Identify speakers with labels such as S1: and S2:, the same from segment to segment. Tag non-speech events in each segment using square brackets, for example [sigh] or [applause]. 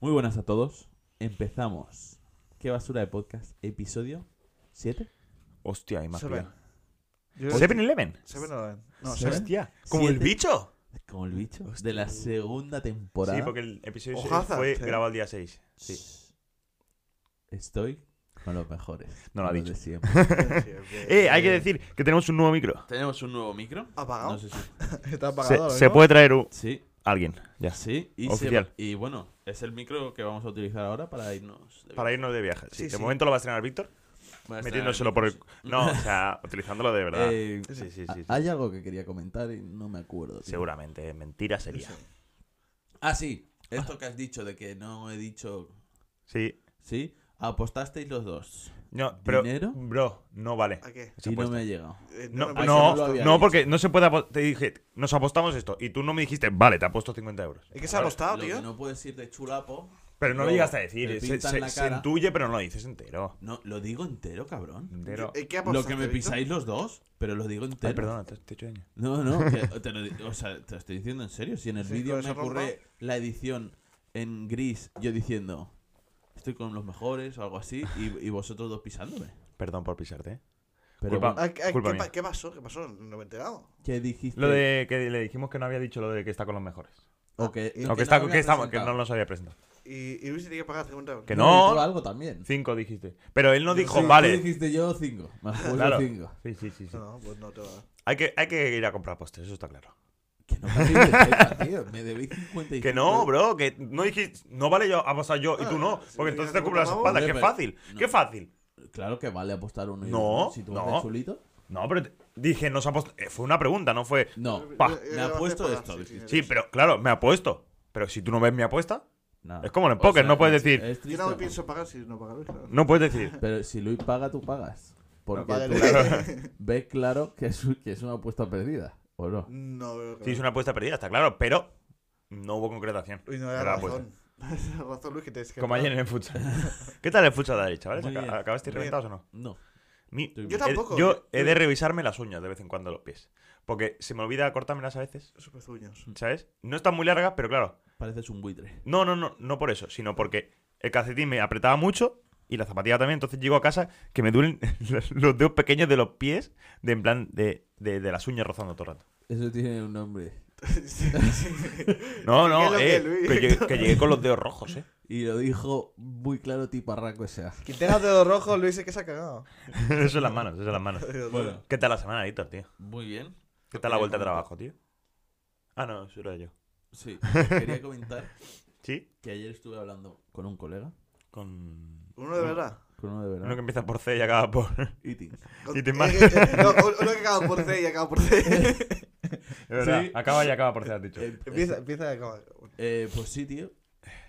S1: buenas a todos. Empezamos. ¿Qué basura de podcast? Episodio 7.
S2: Hostia, hay más
S3: Seven.
S2: bien.
S3: Yo-
S2: Pues Seven Eleven.
S3: Seven Eleven. No,
S1: Seven.
S3: Seven.
S2: Hostia.
S3: ¿Eh? Como el
S1: Siete.
S3: bicho.
S1: Como el bicho. De la segunda temporada.
S2: Sí, porque el episodio seis
S3: Hojaza,
S2: fue
S3: sí.
S2: grabado el día 6. Sí.
S1: Estoy con los mejores.
S2: No lo ha
S1: Con los
S2: dicho.
S1: de siempre.
S2: [laughs] Eh, hay que decir que [laughs] tenemos un nuevo micro.
S1: Tenemos un nuevo micro.
S3: Apagado.
S1: No sé si-
S3: [laughs]
S2: Se,
S3: Está apagado.
S2: se puede traer un-
S1: Sí,
S2: alguien. Ya.
S1: sí. Y se-
S2: Oficial.
S1: y bueno, es el micro que vamos a utilizar ahora para irnos. de
S2: Para irnos de viaje. Sí,
S3: Sí,
S2: de
S3: sí.
S2: momento lo va a estrenar Víctor.
S1: viaje. Voy a estrenar
S2: Metiéndoselo por
S1: [laughs]
S2: el.
S1: micro, sí.
S2: No, o sea, utilizándolo de verdad.
S1: Eh,
S2: sí, sí, sí. sí.
S1: Hay algo que quería comentar y no me acuerdo. tío.
S2: Seguramente. eh, Mentira sería.
S1: Ah, sí. Esto que has dicho de que no he dicho.
S2: Sí.
S1: Sí. Apostasteis los dos.
S2: No, pero.
S1: ¿Dinero?
S2: Bro, no vale.
S3: ¿A qué?
S2: Esa
S1: y no
S2: apuesta.
S1: me ha llegado.
S3: Eh,
S2: No,
S3: me parece
S2: no,
S1: no lo
S3: justo.
S1: había
S2: no,
S1: dicho.
S2: porque no se puede. apo- Te dije, nos apostamos esto. Y tú no me dijiste, vale, te apuesto 50 euros.
S3: Es que se ha apostado,
S1: Lo que
S3: Ah, tío.
S1: no puedes ir de chulapo.
S2: Pero no lo
S1: Luego,
S2: llegaste a
S1: te
S2: decir. Se,
S1: pintan
S2: se-
S1: la
S2: se
S1: cara.
S2: intuye, pero no lo dices entero.
S1: No, lo digo entero, cabrón.
S2: Entero.
S3: Eh, ¿Qué
S1: Lo que
S3: apostaste,
S1: me
S3: Víctor?
S1: pisáis los dos, pero lo digo entero.
S2: Ay, perdona, te, te he hecho daño.
S1: No,
S3: [laughs]
S1: no, que te lo, di- o sea, te lo estoy diciendo en serio. Si en el
S3: Sí,
S1: vídeo
S3: con
S1: me
S3: esa ropa.
S1: ocurre la edición en gris, yo diciendo estoy con los mejores o algo así, y, y vosotros dos pisándome.
S2: Perdón por pisarte. ¿eh?
S1: Pero
S2: Culpa.
S1: bueno,
S3: Ah, ah,
S2: Culpa
S3: ¿qué, pa-
S2: mía.
S3: qué pasó? ¿Qué pasó? No me he enterado.
S1: ¿qué dijiste?
S2: Lo de que le dijimos que no había dicho lo de que está con los mejores.
S1: O que,
S3: No,
S2: No, que,
S1: no
S2: está,
S1: me
S2: que,
S1: había
S2: estamos- que
S1: presentado.
S2: no los había presentado.
S3: Ah, Y, y Luis tenía que pagar 50 euros.
S2: Que
S1: y tú
S2: no,
S1: algo también.
S2: cinco dijiste. Pero él no
S3: Sí,
S2: dijo,
S1: Sí, tú
S2: vale.
S1: dijiste yo cinco. Más juego
S2: Claro.
S1: cinco.
S2: Sí, sí, sí. sí.
S3: No, pues no te va a dar.
S2: Hay, que, hay que ir a comprar postres, eso está claro.
S1: Que no [laughs] me habéis dejado, tío. Me debéis 55.
S2: Que no, bro, que no dijiste, no vale yo a pasar yo y tú no.
S3: Ah, sí,
S2: Porque entonces
S3: sí,
S2: te cubro las
S3: vamos.
S2: espaldas, que
S1: Hombre,
S2: fácil,
S1: no.
S2: qué fácil.
S1: Claro que vale apostar uno y
S2: No,
S1: uno. Si tú vas de
S2: no.
S1: chulito.
S2: No, pero te- dije, nos apost- eh, Fue una pregunta, no fue.
S1: No.
S2: Pa.
S3: Eh, eh,
S1: Me ha
S3: eh,
S1: puesto
S3: pagar,
S1: esto, dijiste.
S2: Sí, pero claro, me apuesto. Pero si tú no ves mi apuesta,
S1: Nada.
S2: Es como en el póker, no puedes
S1: es-
S2: decir,
S1: es
S3: Yo
S1: triste.
S3: no me pienso pagar si no paga Luis. claro.
S2: no puedes decir.
S1: Pero si Luis paga, tú pagas. Porque
S3: paga
S1: tú
S3: Luis. [laughs]
S2: [laughs]
S1: ves claro que es, que es una apuesta perdida. ¿O no?
S3: No, veo que
S2: Sí,
S3: no.
S2: es una apuesta perdida, está claro, pero no hubo concretación.
S3: Luis, no
S2: Era
S3: era
S2: la
S3: razón. Era [laughs] razón, Luis, que te
S2: pues. Como ayer en el futsal. [laughs] ¿Qué tal el futsal de ahí, chavales?
S1: Muy
S2: Aca-
S1: bien.
S2: ¿Acabasteis
S3: Muy bien.
S2: reventados o no?
S1: No.
S2: Mi-
S1: Yo
S2: he-
S3: tampoco. eh.
S2: Yo he de revisarme las uñas de vez en cuando los pies. Porque se me olvida cortármelas a veces,
S3: Super [laughs] zuños.
S2: ¿sabes? No están muy largas, pero claro.
S1: Pareces un buitre.
S2: No, no, no, no por eso, sino porque el calcetín me apretaba mucho y la zapatilla también. Entonces llego a casa que me duelen [laughs] los- los dedos pequeños de los pies, de en plan de, de- de las uñas rozando todo el rato.
S1: Eso tiene un nombre.
S2: [laughs] No,
S3: ¿Qué es
S2: no,
S3: lo que
S2: eh,
S3: es, Luis?
S2: que, llegué, que llegué con los dedos rojos,
S3: [laughs]
S2: eh.
S1: Y lo dijo muy claro tiparraco ese.
S3: Quien tenga los dedos rojos, Luis, es que se ha cagado.
S2: Eso en las manos, eso en las manos.
S1: Bueno,
S2: ¿Qué tal la semana, Víctor, tío?
S1: muy bien.
S2: ¿Qué tal la vuelta de trabajo, tío? Ah, no, eso era yo. [laughs]
S1: Sí. Quería comentar
S2: ¿Sí?
S1: que ayer estuve hablando con un colega.
S2: Con...
S3: Uno de verdad.
S1: Con uno de
S2: Uno
S1: verdad.
S2: que empieza por C y acaba por... [laughs]
S1: Eating.
S3: Con-
S2: Y te
S3: [laughs] eh,
S2: mar-
S3: eh, eh, no, uno que acaba por C y acaba por C.
S2: Es verdad,
S1: Sí.
S2: acaba y acaba por C, has dicho.
S1: Eh,
S3: [laughs] empieza, empieza y acaba. Bueno,
S1: eh, pues sí, tío.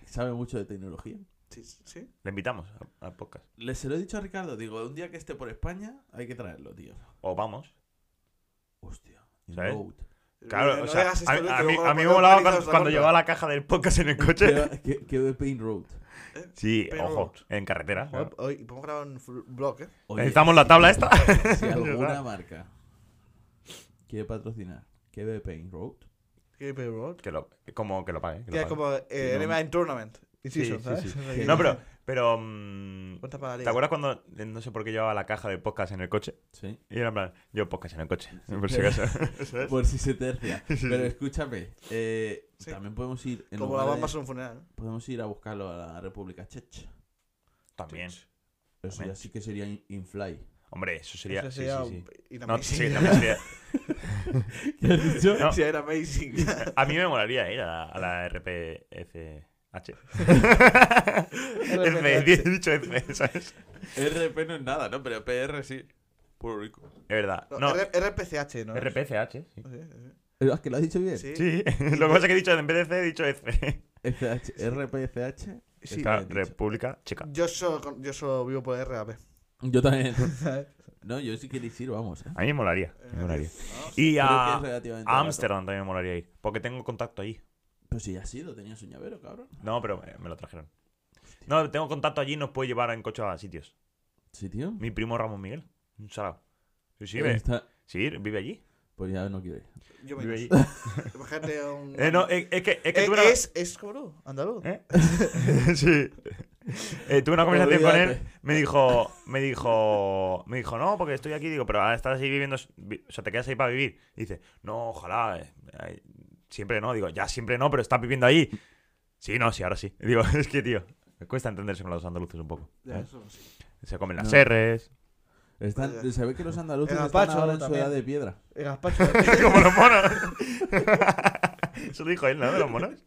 S1: Sabe mucho de tecnología.
S3: sí, sí.
S2: Le invitamos a- al podcast.
S1: Le se lo he dicho a Ricardo. Digo, un día que esté por España, hay que traerlo, tío.
S2: O vamos.
S1: Hostia.
S2: ¿Sabes? [laughs]
S1: Inbound.
S2: Claro,
S3: No
S2: o sea,
S3: digas esto,
S2: a,
S3: Luis,
S2: a
S3: que
S2: mí,
S3: luego
S2: a mí me
S3: cuando
S2: molaba
S3: organizas
S2: cuando,
S3: la
S2: cuando
S3: compra.
S2: llevaba la caja del podcast en el
S1: ¿Qué
S2: coche.
S1: va- ¿Qué, qué ve Paint Road?
S2: Sí,
S3: Pero-
S2: ojo, en carretera.
S3: Hoy, hoy podemos grabar un full blog, ¿eh?
S1: Oye,
S2: Necesitamos la tabla esta. [laughs]
S1: si alguna
S2: ¿verdad?
S1: marca quiere patrocinar que ve Paint Road,
S3: ¿Qué blog?
S2: que lo, como que lo pague. que lo
S3: Que es
S2: pague.
S3: como eh,
S1: no-
S3: NBA in Tournament. Inciso,
S2: sí,
S3: [laughs] ¿sabes?
S2: sí.
S3: Ahí.
S2: No, pero... pero mm,
S3: Cuenta para la
S2: ¿Te
S3: liga.
S2: acuerdas cuando eh, no sé por qué llevaba la caja del podcast en el coche?
S1: ¿sí?
S2: Y era en plan, yo podcast en el coche, por si
S1: Pero-
S2: acaso.
S1: [laughs]
S2: ¿Sabes?
S1: Por si se tercia. Pero escúchame, eh,
S3: Sí.
S1: también podemos ir, en
S3: Como la
S1: lugar de-
S3: bomba es un funeral.
S1: podemos ir a buscarlo a la República Checha.
S2: También.
S1: Eso ya sí que sería in- Infly.
S2: [laughs] Hombre, eso sería.
S3: Eso
S2: sí,
S3: sería
S2: sí, sí. No,
S3: inamazing.
S2: sí,
S3: [laughs]
S2: también sería-
S1: [laughs] ¿Qué has dicho?
S2: No.
S3: Sí, era amazing.
S2: A mí me molaría ir a la, a la RPFH. F, he dicho F, ¿sabes?
S1: RP no es nada, ¿no? Pero PR sí. Puro rico.
S2: Es verdad. [laughs]
S3: No,
S2: No,
S3: R- RPCH, ¿no?
S2: RPFH, sí.
S3: Sí, sí,
S1: ¿Es que lo has dicho bien?
S3: sí.
S2: Sí, [laughs] lo que pasa es que he dicho en vez de C, he dicho F.
S1: FH, RPFH.
S3: Sí.
S1: está
S2: [laughs] Claro,
S1: bien dicho.
S2: República Checa.
S3: Yo solo, con- yo solo vivo por RAP.
S1: Yo también.
S3: ¿sabes?
S1: No, yo sí queréis ir, vamos. ¿eh?
S2: A mí me molaría. [laughs] Me molaría.
S3: No,
S1: Creo que
S2: Y
S1: es
S2: a
S1: relativamente
S2: a
S1: barato.
S2: Ámsterdam también me molaría ir. Porque tengo contacto allí.
S1: Pero si ya has ido, tenías un llavero, cabrón.
S2: No, pero me, me lo trajeron. No, tengo contacto allí y nos puede llevar en coche a sitios.
S1: Sí, tío.
S2: Mi primo Ramón Miguel. Un salado. Sí, sí,
S1: Ahí
S2: ve-
S1: está.
S2: sí, vive allí.
S1: Pues ya no quiero ir.
S3: Yo
S2: Vive
S3: me
S2: allí.
S3: iba. [laughs] Imagínate un.
S2: Eh, no, eh, es que, es que
S3: Eh,
S2: tuve una-
S3: es, es, cómo andaluz.
S2: ¿Eh? [laughs] sí. Eh, tuve una conversación con él. Me dijo, me dijo, me dijo, no, porque estoy aquí. Digo, pero ahora estás ahí viviendo, vi- o sea, te quedas ahí para vivir. Y dice, no, ojalá. eh, ay, siempre no. Digo, ya siempre no, pero estás viviendo ahí. Sí, no, sí, ahora sí. [laughs] Digo, es que, tío, me cuesta entenderse con los andaluces un poco.
S1: Ya,
S2: ¿eh?
S1: eso sí.
S2: Se comen las
S1: No.
S2: R's. [laughs]
S1: Están- se ve que los andaluces
S3: El
S1: están
S3: gazpacho
S1: ahora Pues en
S3: también.
S1: su edad de piedra.
S3: El gazpacho.
S2: [laughs]
S3: eh.
S2: Como los monos. Eso lo dijo él, ¿no? De los monos.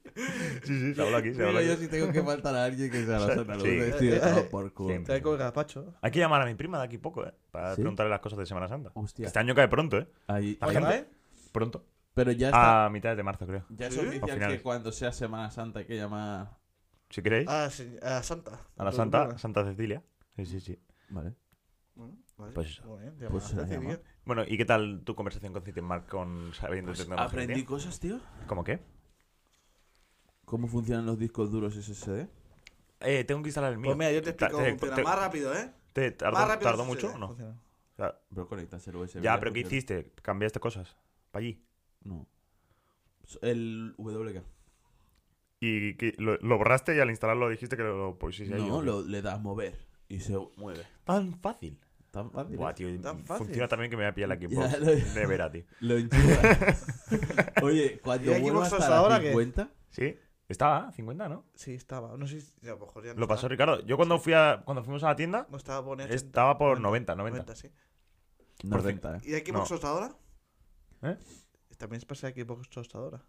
S2: Sí, sí, se habló aquí, se habló
S1: Pero yo
S2: aquí.
S1: sí tengo que faltar a alguien que sea los
S2: Sí.
S1: andaluces.
S3: Sí.
S1: tío, no, por culo.
S2: Sí.
S3: Te con el gazpacho.
S2: Hay que llamar a mi prima de aquí poco, ¿eh? Para
S1: ¿Sí?
S2: preguntarle las cosas de Semana Santa.
S1: Hostia.
S2: Este año cae pronto, ¿eh?
S1: Ahí-
S2: La
S3: Oye,
S2: gente- Ah,
S3: ¿vale?
S2: Pronto.
S1: Pero ya está.
S2: A mitad de marzo, creo.
S1: ya es
S3: ¿Sí?
S2: A
S1: oficial
S2: finales.
S1: que cuando sea Semana Santa hay que llamar.
S2: Si queréis.
S3: Ah, sí, a Santa.
S2: A la
S1: pues
S2: Santa, Santa Cecilia. Sí, sí, sí.
S1: Vale.
S3: Bueno, vale.
S2: Pues eso.
S3: Muy bien,
S1: Pues
S3: llamada.
S1: se la llama.
S2: Bueno, ¿y qué tal tu conversación con Citimark con sabiendo
S1: Pues
S2: tecnología?
S1: aprendí cosas, tío.
S2: ¿Cómo qué?
S1: ¿Cómo funcionan los discos duros SSD?
S2: Eh, tengo que instalar el mío.
S3: Pues mira, yo te
S2: Ta-
S3: explico. cómo funciona.
S2: te-
S3: Más rápido, ¿eh?
S2: te- tardó,
S3: Más rápido.
S2: ¿Tardó
S3: se
S2: mucho
S3: ve, pues,
S2: o no?
S3: funciona.
S2: O sea,
S1: Pero conectas el USB.
S2: ya, pero ¿qué
S1: funciona.
S2: hiciste? ¿Cambiaste cosas? ¿Para allí?
S1: No. So- El WK.
S2: ¿Y qué- lo, lo borraste y al instalarlo dijiste que lo pusiste ahí?
S1: No,
S2: o qué?
S1: lo, le das mover y se mueve.
S2: Tan fácil.
S1: Tan fácil.
S2: Buah,
S1: ¿eh?
S2: tío.
S3: Tan fácil.
S2: Funciona también que me voy a pillar la Xbox.
S1: Ya lo-
S2: De vera, tío.
S1: Lo enchufas.
S2: [laughs]
S1: Oye, cuando
S3: ¿Y aquí
S1: vuelva a
S3: vosotros
S1: estar a
S3: ahora qué?
S1: 50,
S2: ¿Sí? Estaba, 50, ¿no?
S3: Sí, estaba. No sé si. A lo mejor ya no
S2: Lo pasó
S3: está.
S2: Ricardo. Yo cuando fui a, cuando fuimos a la tienda,
S3: No estaba por
S2: estaba por 90, 90.
S3: sí.
S1: no
S2: Por
S1: renta, ¿eh?
S3: ¿Y aquí
S2: No.
S3: Xbox hasta ahora?
S2: ¿Eh? Ah.
S3: También es para Xbox hasta ahora.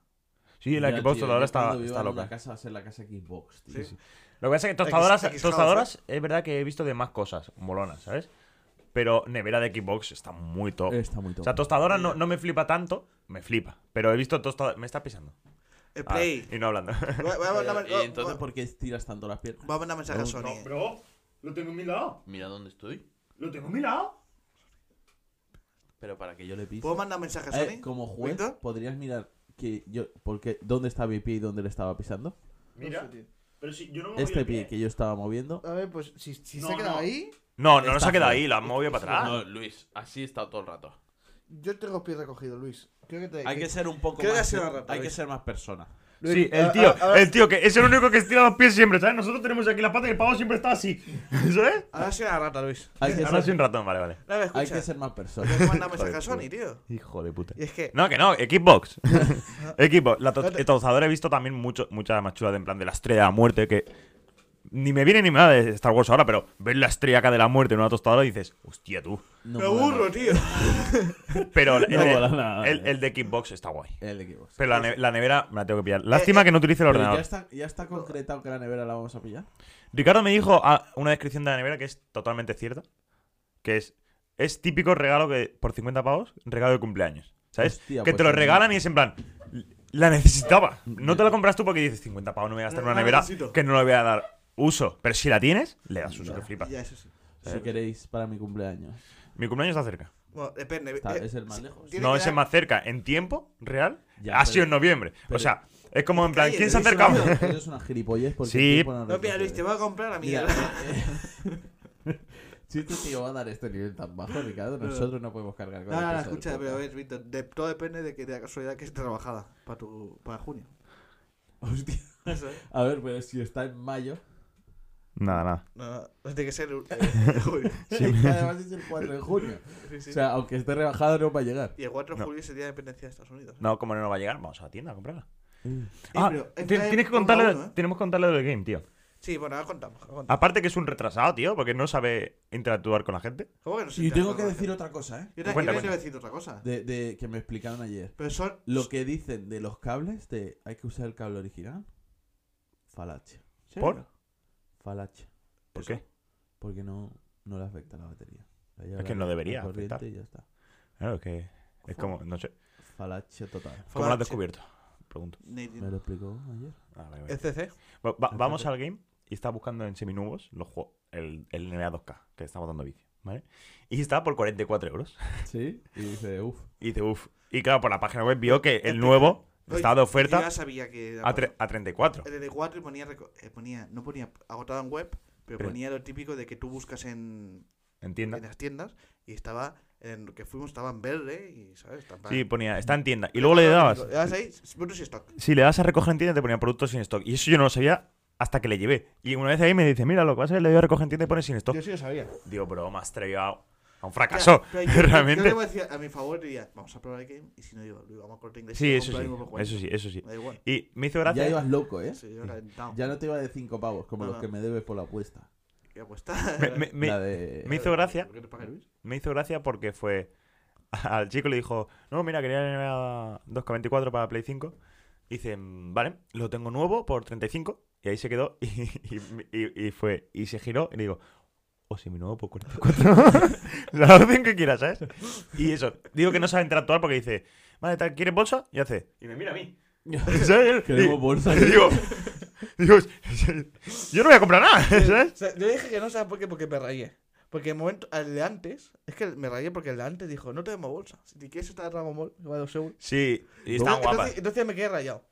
S2: Sí, la
S1: Ya,
S2: Xbox
S1: tío,
S2: tostadora
S1: yo
S2: está,
S1: cuando viva
S2: está
S1: en
S2: loca.
S1: una casa va a ser la casa Xbox, tío.
S3: Sí,
S1: Sí,
S2: Lo que pasa es que
S3: X-
S2: tostadoras,
S3: Xbox, ¿eh?
S2: tostadoras es verdad que he visto de más cosas molonas, ¿sabes? Pero nevera de Xbox está muy top.
S1: Está muy
S2: O
S1: top.
S2: sea, tostadora no, no me flipa tanto, me flipa. Pero he visto tostadoras. Me está pisando.
S3: El
S2: Ah, [laughs]
S3: Play.
S2: y no hablando.
S3: Voy-
S2: Eh,
S3: voy a mandar-
S1: [laughs] ¿Y
S3: voy-
S1: entonces
S3: voy-
S1: por qué estiras tanto las piernas?
S3: voy a mandar mensaje a
S1: No,
S3: Sony. ¿eh?
S2: bro, lo tengo en mi lado.
S1: Mira dónde estoy.
S2: Lo tengo en mi lado.
S1: Pero para que yo le pise.
S3: ¿Puedo mandar mensaje a
S1: Eh,
S3: Sony?
S1: como juez,
S3: ¿Víctor?
S1: podrías mirar que yo porque dónde está mi pie y dónde le estaba pisando.
S2: pero si yo no
S1: Este pie que yo estaba moviendo.
S3: A ver, pues si, si
S2: No,
S3: se ha quedado
S2: no.
S3: ahí,
S2: No, no, no se
S1: Está
S2: ha quedado
S1: feo.
S2: ahí, la has movido para atrás.
S1: No, Luis, así está todo el rato.
S3: yo tengo los pies recogidos, Luis. Creo que te.
S1: Hay que ser un poco
S3: Creo que ha
S1: más.
S3: sido más rápido,
S1: hay que
S3: Luis.
S1: ser más persona.
S3: Luis,
S2: sí,
S3: a-
S2: el tío,
S3: a- ahora-
S2: el tío que es el único que estira los pies siempre, ¿sabes? Nosotros tenemos aquí la pata y el pavo siempre está así, [laughs] ¿sabes?
S3: Ahora soy una rata, Luis.
S1: Hay que
S2: Ahora
S1: ser,
S2: soy un ratón, vale, vale.
S3: No me
S1: hay
S3: escuchas.
S1: que ser más
S3: Yo
S1: persona.
S3: tengo que
S1: [laughs]
S3: mandar mensaje
S2: Joder,
S3: a Sony, tío.
S2: Hijo de puta.
S3: Y es que.
S2: No, que
S1: [laughs]
S2: no, Xbox. Xbox. La to-
S3: Espérate.
S2: el tostador he visto también mucho, muchas más chulas de en plan de la estrella de la muerte que. Ni me viene ni me va de Star Wars ahora, pero ves la estrella acá de la muerte en una tostadora y dices, hostia tú.
S1: No
S3: Me
S1: mola
S3: aburro,
S1: nada.
S3: tío.
S1: [laughs]
S2: Pero el,
S1: No
S2: el-
S1: mola nada,
S2: el-
S1: eh.
S2: el de Xbox está guay.
S1: El equipo.
S2: Pero la, ne- la nevera me la tengo que pillar. Lástima que no utilice el
S1: Eh, Pero ya
S2: ordenador.
S1: está, ya está concretado que la nevera la vamos a pillar.
S2: Ricardo me dijo ah, una descripción de la nevera que es totalmente cierta. Que es, es típico regalo que por 50 pavos, regalo de cumpleaños. ¿Sabes?
S1: Hostia,
S2: que
S1: pues
S2: te lo
S1: sí.
S2: regalan y es en plan, la necesitaba. No te la compras tú porque dices 50 pavos, no me voy a gastar en
S3: No,
S2: una
S3: no la
S2: nevera
S3: necesito.
S2: que no le voy a dar uso. Pero si la tienes, le das uso, que flipas.
S3: Ya, eso sí.
S1: Si queréis para mi cumpleaños.
S2: Mi cumpleaños está cerca.
S3: Bueno, depende.
S1: Está-
S3: eh,
S1: es el más
S3: si-
S1: lejos.
S3: tiene
S2: No
S3: que
S2: es
S3: dar-
S2: el más cerca en tiempo real.
S1: Ya,
S2: ha
S1: pero-
S2: sido en noviembre. o
S1: pero-
S2: sea, es como en plan,
S3: Oye,
S2: ¿quién se ha
S3: pero
S2: acercado?
S1: Ellos son- ellos son unas gilipollas porque
S2: Sí.
S1: siempre ponen
S3: No, mira,
S1: retos
S3: Luis, te
S1: de-
S3: voy a comprar a mí. [laughs]
S1: Mira, eh, eh, [laughs] si este tío va a dar este nivel tan bajo, Ricardo, nosotros no podemos cargar con
S3: No,
S1: el
S3: no, no,
S1: peso del
S3: escucha, pero a
S1: podcast.
S3: ver, Víctor, de- todo depende de, que, de la casualidad que esté trabajada para, tu, para junio.
S1: Hostia.
S3: [laughs] Eso, ¿eh?
S1: A ver, pero si está en mayo.
S2: [laughs] Nada, nada.
S3: No, no, Pues tiene que ser. [laughs] eh, julio.
S1: [laughs] Además es el 4 de junio.
S3: Sí,
S1: O
S3: sí.
S1: sea, aunque esté rebajado, no va a llegar.
S3: Y el 4 de
S2: No.
S3: julio es el día de independencia de Estados Unidos.
S2: No, como no va a llegar, vamos a la tienda a comprarla.
S3: Eh,
S2: Ah,
S3: pero
S2: ti-
S3: es
S2: tienes que
S3: Fórmula
S2: contarle,
S3: uno, ¿eh?
S2: tenemos que contarle del game, tío.
S3: Sí, bueno, ahora contamos. ahora contamos.
S2: Aparte que es un retrasado, tío, porque no sabe interactuar con la gente.
S3: ¿Cómo que no se
S1: Y tengo
S3: entera
S1: que
S3: nada?
S1: decir otra cosa, ¿eh?
S3: Yo te- yo
S2: Cuenta,
S3: te voy
S2: cuenta.
S3: a decir otra cosa.
S1: De, de- que me explicaron ayer.
S3: Pero son.
S1: Lo que dicen de los cables, de hay que usar el cable original. Falache.
S2: ¿Por?
S1: Falache.
S2: ¿Por
S3: Eso.
S2: qué?
S1: Porque no, no le afecta la batería. Le lleva
S2: Es que
S1: la-
S2: no debería
S1: la corriente
S2: afectar.
S1: y ya está.
S2: Claro, es que es como, no sé,
S1: Falache total.
S2: ¿cómo lo has
S3: Falache.
S2: descubierto? Pregunto.
S3: Ni-
S1: Me lo explicó ayer.
S2: Ah, vale, vale.
S3: ECC.
S2: Va- va- vamos al game y está buscando en seminubos los juegos, el, el NBA 2K, que estamos dando vicio, ¿vale? Y está por 44 euros.
S1: Sí. Y dice, uff.
S2: Y dice, uff. Y claro, por la página web vio que el nuevo estaba de
S3: Yo
S2: oferta
S3: Este, ya sabía que. era
S2: a, tre- a 34.
S3: El de 4 ponía, reco- eh, ponía. No ponía agotado en web, pero
S2: Pero-
S3: ponía lo típico de que tú buscas en,
S2: ¿Entiendes?
S3: en las tiendas y estaba en que fuimos estaban verde y, ¿sabes? Estaba-
S2: Sí, ponía, está en tienda. Y luego le dabas.
S3: Le dabas ahí, productos y stock.
S2: Si le das a recoger en tienda, te ponía productos sin stock. Y eso yo no lo sabía hasta que le llevé. Y una vez ahí me dice, mira, lo que pasa es que le doy a recoger en tienda y pone sin stock.
S3: Yo sí lo sabía.
S2: Digo, pero me has traído a, a un fracaso. [laughs]
S3: Pero yo- yo- Yo
S2: Realmente.
S3: le voy a decir a mi favor diría, vamos a probar el game y si no, digo, lo vamos a corte inglés. y
S2: Sí, eso
S3: lo
S2: sí.
S3: compro ahí por
S2: Eso sí, eso sí.
S3: cuenta. Da igual.
S2: Y me hizo
S1: Ya
S2: gracia.
S1: ibas loco, ¿eh?
S3: Sí, yo calentado.
S1: Ya no te iba de cinco pavos, como
S2: Ah.
S3: No,
S1: los
S3: no.
S1: que me debes por la apuesta.
S3: Ya pues está.
S2: Me, me- me-
S1: la de...
S2: me hizo gracia.
S3: ¿Por qué te paga Luis?
S2: me hizo gracia porque fue. [laughs] Al chico le dijo, no, mira, quería NBA 2K24 para Play 5. Y dice, "Mm, vale, lo tengo nuevo por 35. Y ahí se quedó [laughs] y, y- y- y fue. Y se giró y le digo, o si mi nuevo por 44. [laughs] La orden que quieras, ¿sabes? Y eso, digo que no sabe interactuar porque dice, vale, tal, ¿quieres bolsa? Y hace, [laughs] y me mira a mí.
S1: [laughs]
S2: ¿Sabes?
S1: Queremos
S2: [laughs] Y-
S1: bolsa.
S2: y digo, digo, [laughs] yo no voy a comprar nada, [laughs] ¿sabes?
S3: O sea, yo dije que no, ¿sabes por qué? Porque me rayé. Porque el momento, el de antes, es que me rayé porque el de antes dijo, no tenemos bolsa. Si te quieres estar Ramón Ball, que vale dos euros.
S2: Sí, y estaban
S3: entonces,
S2: guapas.
S3: entonces me quedé rayado.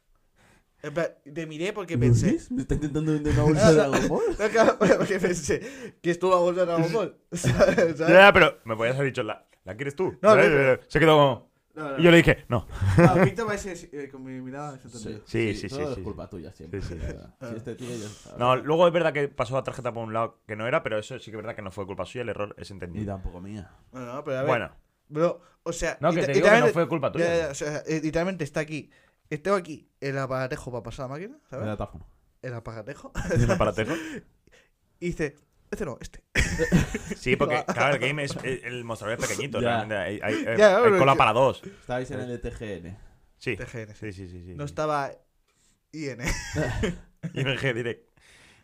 S3: En plan, te miré porque pensé.
S1: ¿Luis? ¿Me está intentando vender
S2: [laughs]
S1: una bolsa de Dragon Ball?
S3: No, claro, [laughs] porque pensé que estuvo a bolsa de Dragon Ball.
S2: [laughs]
S3: [laughs] ¿Sabes?
S2: Ya, ya, pero me podías haber dicho, ¿la, ¿la quieres tú?
S3: No,
S2: ¿Sabes?
S3: no, pero-
S2: Se quedó como...
S3: No, no,
S2: Y yo le dije, no.
S3: no. Ah, Víctor va ese, eh, con mi mirada. se entendió.
S2: Sí, sí, sí,
S1: Todo
S2: sí,
S1: es culpa tuya siempre.
S2: Sí, sí.
S1: la verdad. Si este tío ya...
S2: No, luego es verdad que pasó la tarjeta por un lado que no era, pero eso sí que es verdad que no fue culpa suya, el error es
S1: Ni
S2: entendido.
S1: tampoco mía.
S3: No, no, pero a ver. [laughs]
S2: Bueno,
S3: Bro, o sea.
S2: no, que
S3: liter-
S2: te digo que no
S3: literalmente-
S2: fue culpa
S3: Ya, ya,
S2: tuya.
S3: ya, o sea, eh, literalmente está aquí. Tengo aquí el aparatejo para pasar la máquina,
S1: Me
S3: ¿sabes?
S1: da tafo.
S3: El aparatejo. [laughs]
S2: ¿Es un aparatejo?
S3: Y dice, este no, este.
S2: Sí,
S3: [laughs]
S2: porque claro, el game es el, el mostrador es pequeñito,
S1: Ya.
S2: realmente hay, hay- hay-
S3: Ya,
S2: hay
S3: pero
S2: cola
S3: que-
S2: para dos.
S1: Estabais
S2: ¿Eh?
S1: en el E de TGN.
S2: Sí,
S3: TGN, sí.
S2: sí, sí, sí. sí.
S3: No estaba IN.
S2: [laughs] Y en el G direct.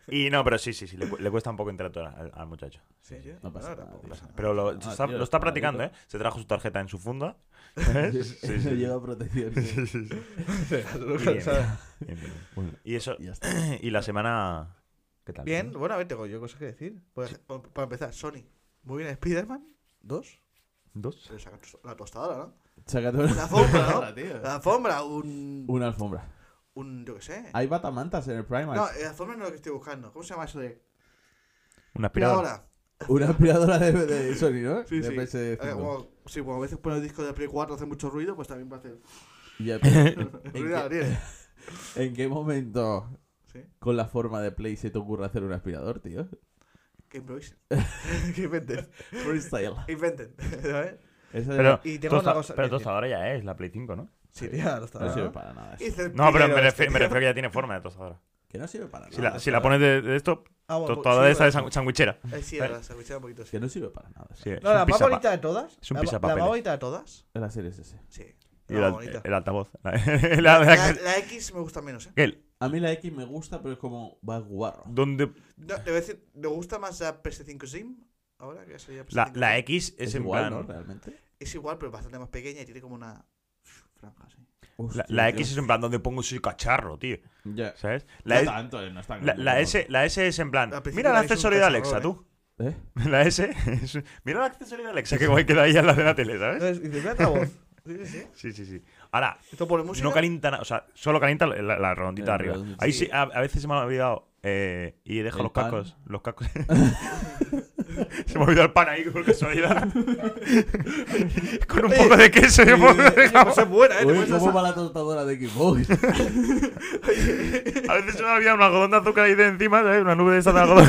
S2: Y no, pero sí, sí, sí, le, cu- le cuesta un poco interactuar al, al muchacho.
S3: Sí, sí.
S1: No pasa nada,
S3: tampoco
S1: tío.
S3: pasa nada.
S2: Pero lo,
S1: Ah,
S2: está,
S1: tío,
S2: lo está
S1: está
S2: practicando, ¿eh?
S1: malito.
S2: Se trajo su tarjeta en su
S3: [laughs]
S2: funda.
S1: [laughs] Él
S2: ¿sabes? ¿Eh? Sí,
S1: no
S2: sí,
S1: lleva protección.
S2: sí. Sí, sí, sí.
S3: [laughs] Bien.
S2: Bien, bien. Y eso,
S1: Y ya está.
S2: y la semana. ¿Qué tal?
S3: Bien, bueno, a ver, tengo yo cosas que decir. Pues, pa- Para empezar, Sony. Muy bien, Spider-Man 2.
S2: ¿Dos?
S3: Se le saca tos- la tostadora, ¿no?
S1: Sácate
S3: Una alfombra,
S1: Nada,
S2: [laughs]
S3: ¿no?
S1: tío.
S3: La alfombra, un.
S1: Una alfombra.
S3: Un, yo qué sé.
S1: Hay batamantas en el Primark.
S3: No, eh, la alfombra no es lo que estoy buscando. ¿Cómo se llama eso de.?
S2: Una aspiradora.
S3: Ahora.
S1: Una aspiradora de, de Sony, ¿no?
S3: Sí,
S1: de
S3: sí. Eh,
S1: PS5.
S3: como- sí, como a veces pones discos de Play 4 hace mucho ruido, pues también va a
S2: [laughs]
S3: hacer.
S1: Y el-
S3: ruido a la tele.
S1: ¿En qué momento
S3: Sí.
S1: con la forma de Play se te ocurre hacer un aspirador, tío?
S3: Que improvisen. [laughs] que inventen.
S1: Freestyle.
S3: Inventen. [laughs] ¿sabes?
S1: Esa
S2: Pero,
S3: Y tengo otra
S2: tosta-
S3: cosa.
S2: pero
S3: que decir.
S2: tostadora ya es la Play 5,
S3: [laughs]
S2: ¿no?
S3: Sí, tía, la Ah.
S1: no
S3: tostadora,
S1: sirve
S3: ¿no?
S1: para nada. eso.
S3: Y dice,
S2: pues, No, pero me,
S3: "Pero
S2: refi-
S3: este
S2: me
S3: tío".
S2: refiero que ya tiene forma de tostadora.
S1: Que no sirve para nada.
S2: Si la, si la pones de, de esto,
S3: Ah, bueno,
S2: tostadora
S3: sí,
S2: de esta de
S3: bueno.
S2: san- sandwichera.
S3: Eh, sí, ahora se escuchaba un poquito así.
S1: Que no sirve para nada.
S2: Sí, es
S3: No,
S2: un
S3: la más
S2: pisapa-
S3: bonita de todas.
S2: es un
S3: la, ma- la
S2: pisapapeles.
S3: más bonita de todas.
S1: Es la serie S.
S3: Sí.
S2: Y
S3: La
S2: el,
S3: más
S2: al-
S3: bonita.
S2: el altavoz. La, [laughs] la- la-
S3: La, la X me gusta menos, ¿eh?
S2: que el-
S1: A mí la X me gusta, pero es como va guarro.
S2: donde,
S3: No, te voy a decir, me gusta más la PS5 Slim. Ahora que sería PS5
S2: la, la
S3: Slim.
S2: X es,
S1: Es
S2: en
S1: igual, ¿no?
S2: plan.
S1: Realmente.
S3: Es igual, pero bastante más pequeña y tiene como una franja así.
S2: La,
S1: Hostia,
S2: la
S1: tío.
S2: X es en plan donde pongo su cacharro, tío.
S1: Ya.
S2: ¿Sabes?
S1: No
S2: La, S-
S1: tanto, eh, no es tan
S2: la,
S1: grande,
S2: la
S1: pero
S2: S, la S es en plan.
S3: Al principio
S2: Mira el
S3: la S es un
S2: accesorio de
S3: cacharro,
S2: Alexa,
S3: ¿eh?
S2: tú.
S1: bueno. ¿Eh?
S2: [laughs] La S. es- Mira el accesorio de Alexa, que guay queda ahí al lado de la tele, ¿sabes?
S3: Entonces, dice, mira la voz. Sí, sí,
S2: [laughs] Sí,
S3: sí.
S2: sí, sí. Ahora,
S3: Esto pone música.
S2: no calienta nada, o sea, solo calienta la, la redondita
S1: La
S2: de arriba.
S1: redondita.
S2: Ahí
S3: Sí.
S2: sí, a, a veces se me ha olvidado. eh, y deja
S1: El
S2: los
S1: pan.
S2: cascos. Los cascos. [laughs] se me ha olvidado el pan ahí con casualidad.
S1: [laughs]
S2: con un poco de queso y un poco de
S3: Oye,
S2: jamón.
S3: pues es buena, ¿eh? Te
S1: Uy,
S3: pones
S1: ¿cómo
S3: esa-
S1: va la tostadora de Xbox?
S2: A veces se me ha olvidado un algodón de azúcar ahí de encima, ¿sabes? Una nube de esa de algodón.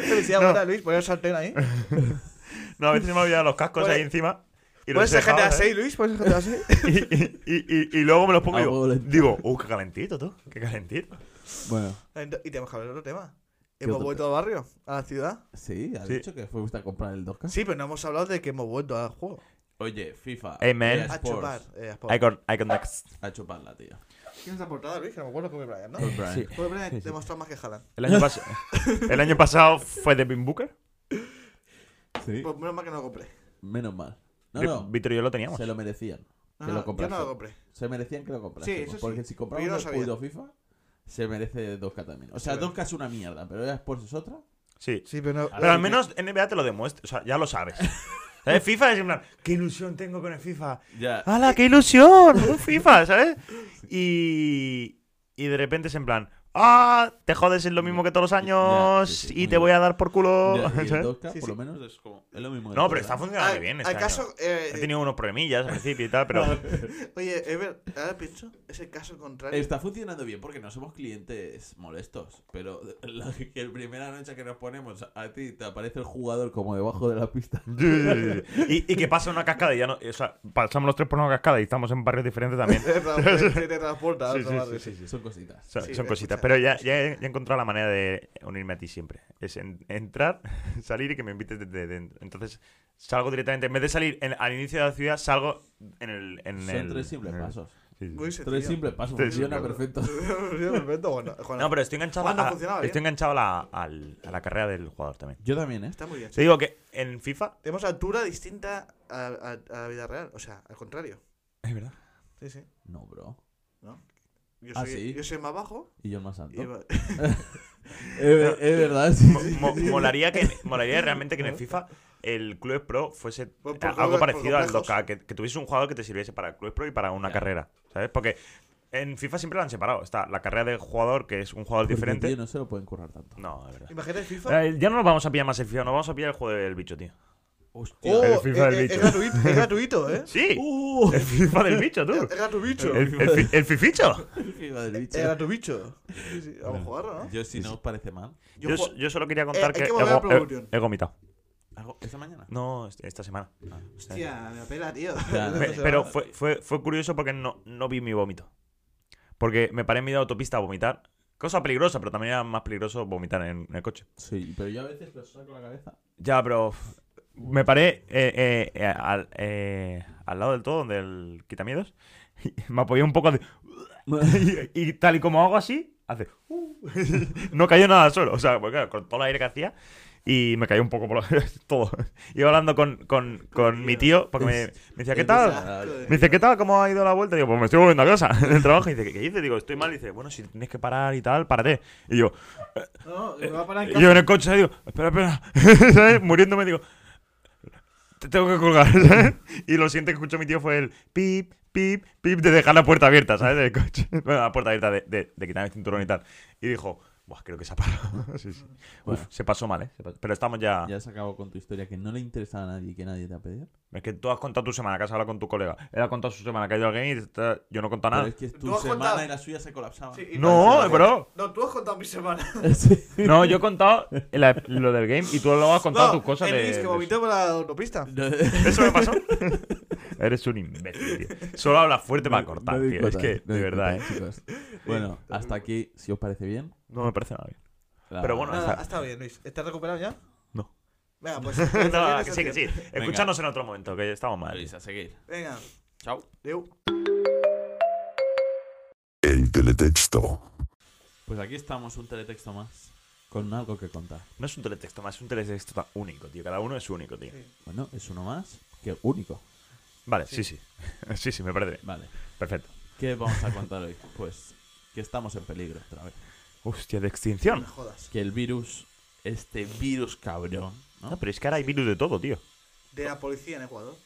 S3: Felicidad,
S2: No.
S3: buena, Luis. Poner el sartén ahí.
S2: no, a veces se me ha olvidado los cascos
S3: Puede-
S2: ahí encima. Y los ¿eh?
S3: Pones el
S2: he dejado,
S3: GTA
S2: ¿sabes?
S3: 6, Luis. Pones el GTA 6.
S2: [laughs] Y, y, y- y- y luego me los pongo
S1: Ah,
S2: y
S1: huevo
S2: digo,
S1: lento.
S2: digo, uh, qué calentito tú, qué calentito.
S1: bueno,
S3: Ento- Y tenemos que hablar de otro tema.
S1: ¿Qué
S3: ¿Hemos
S1: otro
S3: vuelto al barrio? ¿A la ciudad?
S1: sí, ha
S2: Sí.
S1: dicho que fue a comprar el 2K.
S3: Sí, pero no hemos hablado de que hemos vuelto al juego.
S1: Oye, FIFA.
S2: Hey, man.
S1: EA
S3: A
S1: Sports,
S3: chupar. eh, a Sport.
S2: I got, I got next.
S1: A chuparla, tío.
S3: ¿Quién es la portada, Luis? Que no me acuerdo con Brian, ¿no?
S1: Kobe Bryant.
S2: Sí.
S3: Kobe Bryant demostró más que Jalan.
S2: El
S3: [laughs]
S2: año, pas- el año pasado fue Devin Booker.
S1: Sí.
S3: Pues menos mal que no lo compré.
S1: Menos mal. No,
S2: Vi-
S1: no.
S2: Víctor y yo lo teníamos.
S1: Se lo merecían. Que lo
S3: No, no, Ah, yo no
S1: compraste.
S3: lo compré.
S1: Se merecían que lo
S3: Sí,
S1: comprásemos.
S3: eso sí.
S1: porque si compramos
S3: Pero yo no
S1: el
S3: sabía.
S1: puto FIFA, se merece 2K también. O sea,
S3: Sí, bueno.
S1: 2K es una mierda, pero EA Sports es otra.
S2: Sí.
S3: Sí, pero no.
S2: Pero al menos NBA te lo demuestra. O sea, ya
S1: [laughs]
S2: lo sabes. ¿Sabes? FIFA es en plan, qué ilusión tengo con el FIFA.
S1: Ya.
S2: ¡Hala, qué ilusión! Un FIFA, ¿sabes? Y, y de repente es en plan, ¡Ah! Te jodes, es lo mismo que todos los años
S1: Ya, sí, sí,
S2: y
S1: muy
S2: te voy
S1: bien.
S2: a dar por culo.
S1: Ya,
S2: [laughs]
S1: y el
S2: ¿sabes?
S1: 2K,
S3: Sí,
S1: por lo
S3: sí.
S1: menos, es como. Es lo mismo. que
S2: No,
S1: todo,
S2: pero está
S1: ¿eh?
S2: funcionando bien. Está
S3: ¿Acaso.?
S2: He tenido unos problemillas al principio y tal, pero.
S3: eh,
S2: [laughs]
S3: [laughs]
S1: [laughs]
S3: Oye, Ever, ahora pienso, es el caso contrario.
S1: Está funcionando bien porque no somos clientes molestos. Pero [laughs] la que el primera noche que nos ponemos a ti te aparece el jugador como debajo de la pista.
S2: y, y que pasa una cascada y ya no. O sea, pasamos los tres por una cascada y estamos en barrios diferentes también.
S3: [laughs] Se tra- se teletransporta a
S2: Sí,
S3: otro
S2: sí,
S3: barrio.
S2: sí, sí, sí.
S1: Son cositas.
S2: Son,
S3: Sí,
S2: son
S3: escucha.
S2: cositas. Pero ya, ya he, ya he encontrado la manera de unirme a ti siempre. Es en- entrar, [laughs] salir y que me invites desde dentro. Entonces, salgo directamente. En vez de salir en- al inicio de la ciudad, salgo en el. En
S1: Son
S2: el-
S1: tres simples
S2: en el-
S1: pasos.
S2: Sí, sí.
S3: Muy sencillo.
S1: Tres simples pasos.
S2: Tres
S1: Funciona
S2: simples.
S1: perfecto.
S3: [laughs] Funciona perfecto, bueno, Juan,
S2: No, pero estoy enganchado,
S3: Juan, Ah, no
S2: a,
S3: funcionaba bien.
S2: estoy enganchado a la, al- a la carrera del jugador también.
S1: Yo también, ¿eh?
S3: Está muy bien.
S2: Te digo que en FIFA.
S3: Tenemos altura distinta a, a- a la vida real. O sea, al contrario.
S2: Es verdad.
S3: Sí, sí.
S1: No, bro.
S3: ¿No? Yo
S1: Ah,
S3: soy,
S1: sí.
S3: yo soy más bajo.
S1: Y yo el más
S3: y
S1: alto. Es
S3: va-
S1: ver- es verdad, sí. sí, sí, sí.
S2: molaría, que, molaría realmente que en el FIFA el Clubes Pro fuese
S3: Por- por
S2: algo
S3: clubes-
S2: parecido
S3: por
S2: al
S3: complejos.
S2: 2K, que, que tuviese un jugador que te sirviese para el Clubes Pro y para una
S1: Ya.
S2: carrera, ¿sabes? Porque en FIFA siempre la han separado. Está la carrera del jugador, que es un jugador
S1: Porque,
S2: diferente.
S1: tío, no se lo pueden currar tanto.
S2: No, es verdad.
S3: Imagínate el FIFA.
S2: Eh, Ya no nos vamos a pillar más el FIFA, nos vamos a pillar el juego del bicho, tío.
S1: Hostia.
S3: Oh,
S2: [laughs] el FIFA
S3: es,
S2: del
S3: es- es
S2: bicho.
S3: gratuito, es gratuito, ¿eh?
S2: ¡Sí! [laughs]
S1: ¡Uh!
S2: El FIFA del bicho,
S3: [laughs]
S2: tú.
S3: Es gratuito.
S2: El, el fi- el fificho.
S1: El FIFA del bicho.
S3: Es gratuito. Sí, sí. Vamos a jugarlo, ¿no?
S1: Yo, si no os parece mal,
S2: Yo,
S3: ju-
S2: s- yo solo quería contar
S3: Eh, hay
S2: que,
S3: que
S2: he,
S3: volver a
S2: go- he-
S3: Provolution.
S2: he gomitado.
S1: ¿Hago esta mañana?
S2: No, este- esta semana.
S3: Hostia, me apela, tío.
S1: Ya,
S3: Esto
S2: Pe-
S3: se
S2: [laughs]
S3: va.
S2: pero fue, fue, fue curioso porque no, no vi mi vómito. Porque me paré en medio de autopista a vomitar. Cosa peligrosa, pero también era más peligroso vomitar en, en el coche.
S1: Sí, pero yo a veces lo saco la cabeza. [laughs]
S2: Ya, pero f- me paré eh, eh, eh, al, eh, al lado del todo, donde el quitamiedos. Y [laughs] me apoyé un poco de- y, y tal y como hago así, hace... uh, [laughs] no cayó nada solo. O sea, porque claro, con todo el aire que hacía y me cayó un poco por la- [laughs] todo. Iba hablando con, con, con mi tío porque me, me decía, ¿qué tal? Me dice, ¿qué tal? ¿Cómo ha ido la vuelta? Digo, pues me estoy volviendo a casa [laughs] del trabajo. Y dice, ¿qué, qué dices? Digo, estoy mal. Y dice, bueno, si tienes que parar y tal, párate. Y yo, eh,
S3: No, me va a parar
S2: y yo en el coche, digo, espera, [laughs] espera. ¿Sabes? Muriéndome, digo, te tengo que colgar, [laughs] ¿sabes? Y lo siguiente que escuchó mi tío fue el pip, pip, pip de dejar la puerta abierta, ¿sabes? Del coche. [laughs] Bueno, la puerta abierta de, de, de quitar el cinturón y tal. Y dijo, Buah, creo que se ha parado. [laughs] Sí, sí. Uf,
S1: Bueno.
S2: se pasó mal, ¿eh? Se pasó- Pero estamos ya...
S1: Ya se acabó con tu historia que no le interesa a nadie y que nadie te ha pedido.
S2: Es que tú has contado tu semana, que has hablado con tu colega. Él ha contado su semana, que ha ido al game y está- yo no he contado
S1: Pero
S2: nada.
S1: es que tu
S3: ¿Tú has
S1: semana
S3: contado?
S1: y la suya se colapsaban.
S2: No, bro.
S3: [laughs] No, tú has contado mi semana.
S2: [laughs]
S1: Sí.
S2: No, yo he contado la- lo del game y tú lo has contado
S3: No,
S2: tus cosas
S3: el
S2: de.
S3: Luis que
S2: de-
S3: vomitó por la autopista.
S1: [laughs] No,
S2: ¿Eso me pasó? Eres un imbécil, tío. Solo hablas fuerte para
S1: no
S2: cortar, tío. Es
S1: discutáis,
S2: que,
S1: no
S2: de verdad, ¿eh?
S1: discutáis, chicos. Bueno, hasta aquí, si os parece bien.
S2: No me parece nada bien.
S1: la-
S2: Pero bueno,
S3: Nada,
S2: está-
S3: ha estado bien, Luis. ¿Estás recuperado ya?
S2: No. [laughs]
S3: Venga, pues.
S2: No, que sí, que sí. Escuchanos en otro momento, que estamos mal.
S1: Luis, a seguir.
S3: Venga,
S1: Chao.
S3: Deu.
S4: El teletexto.
S1: Pues aquí estamos, un teletexto más. Con algo que contar.
S2: No es un teletexto más, es un teletexto tan único, tío. Cada uno es único, tío.
S3: Sí.
S1: Bueno, es uno más que único.
S2: Vale, sí, sí. Sí, [laughs] sí, me parece. bien.
S1: Vale.
S2: Perfecto.
S1: ¿Qué vamos a contar hoy? Pues que estamos en peligro otra vez.
S2: Hostia, de
S3: No
S2: extinción.
S3: me jodas.
S1: Que el virus, este virus cabrón,
S2: No,
S1: ¿no?
S2: pero es que ahora hay virus de todo, tío.
S3: De la policía en Ecuador.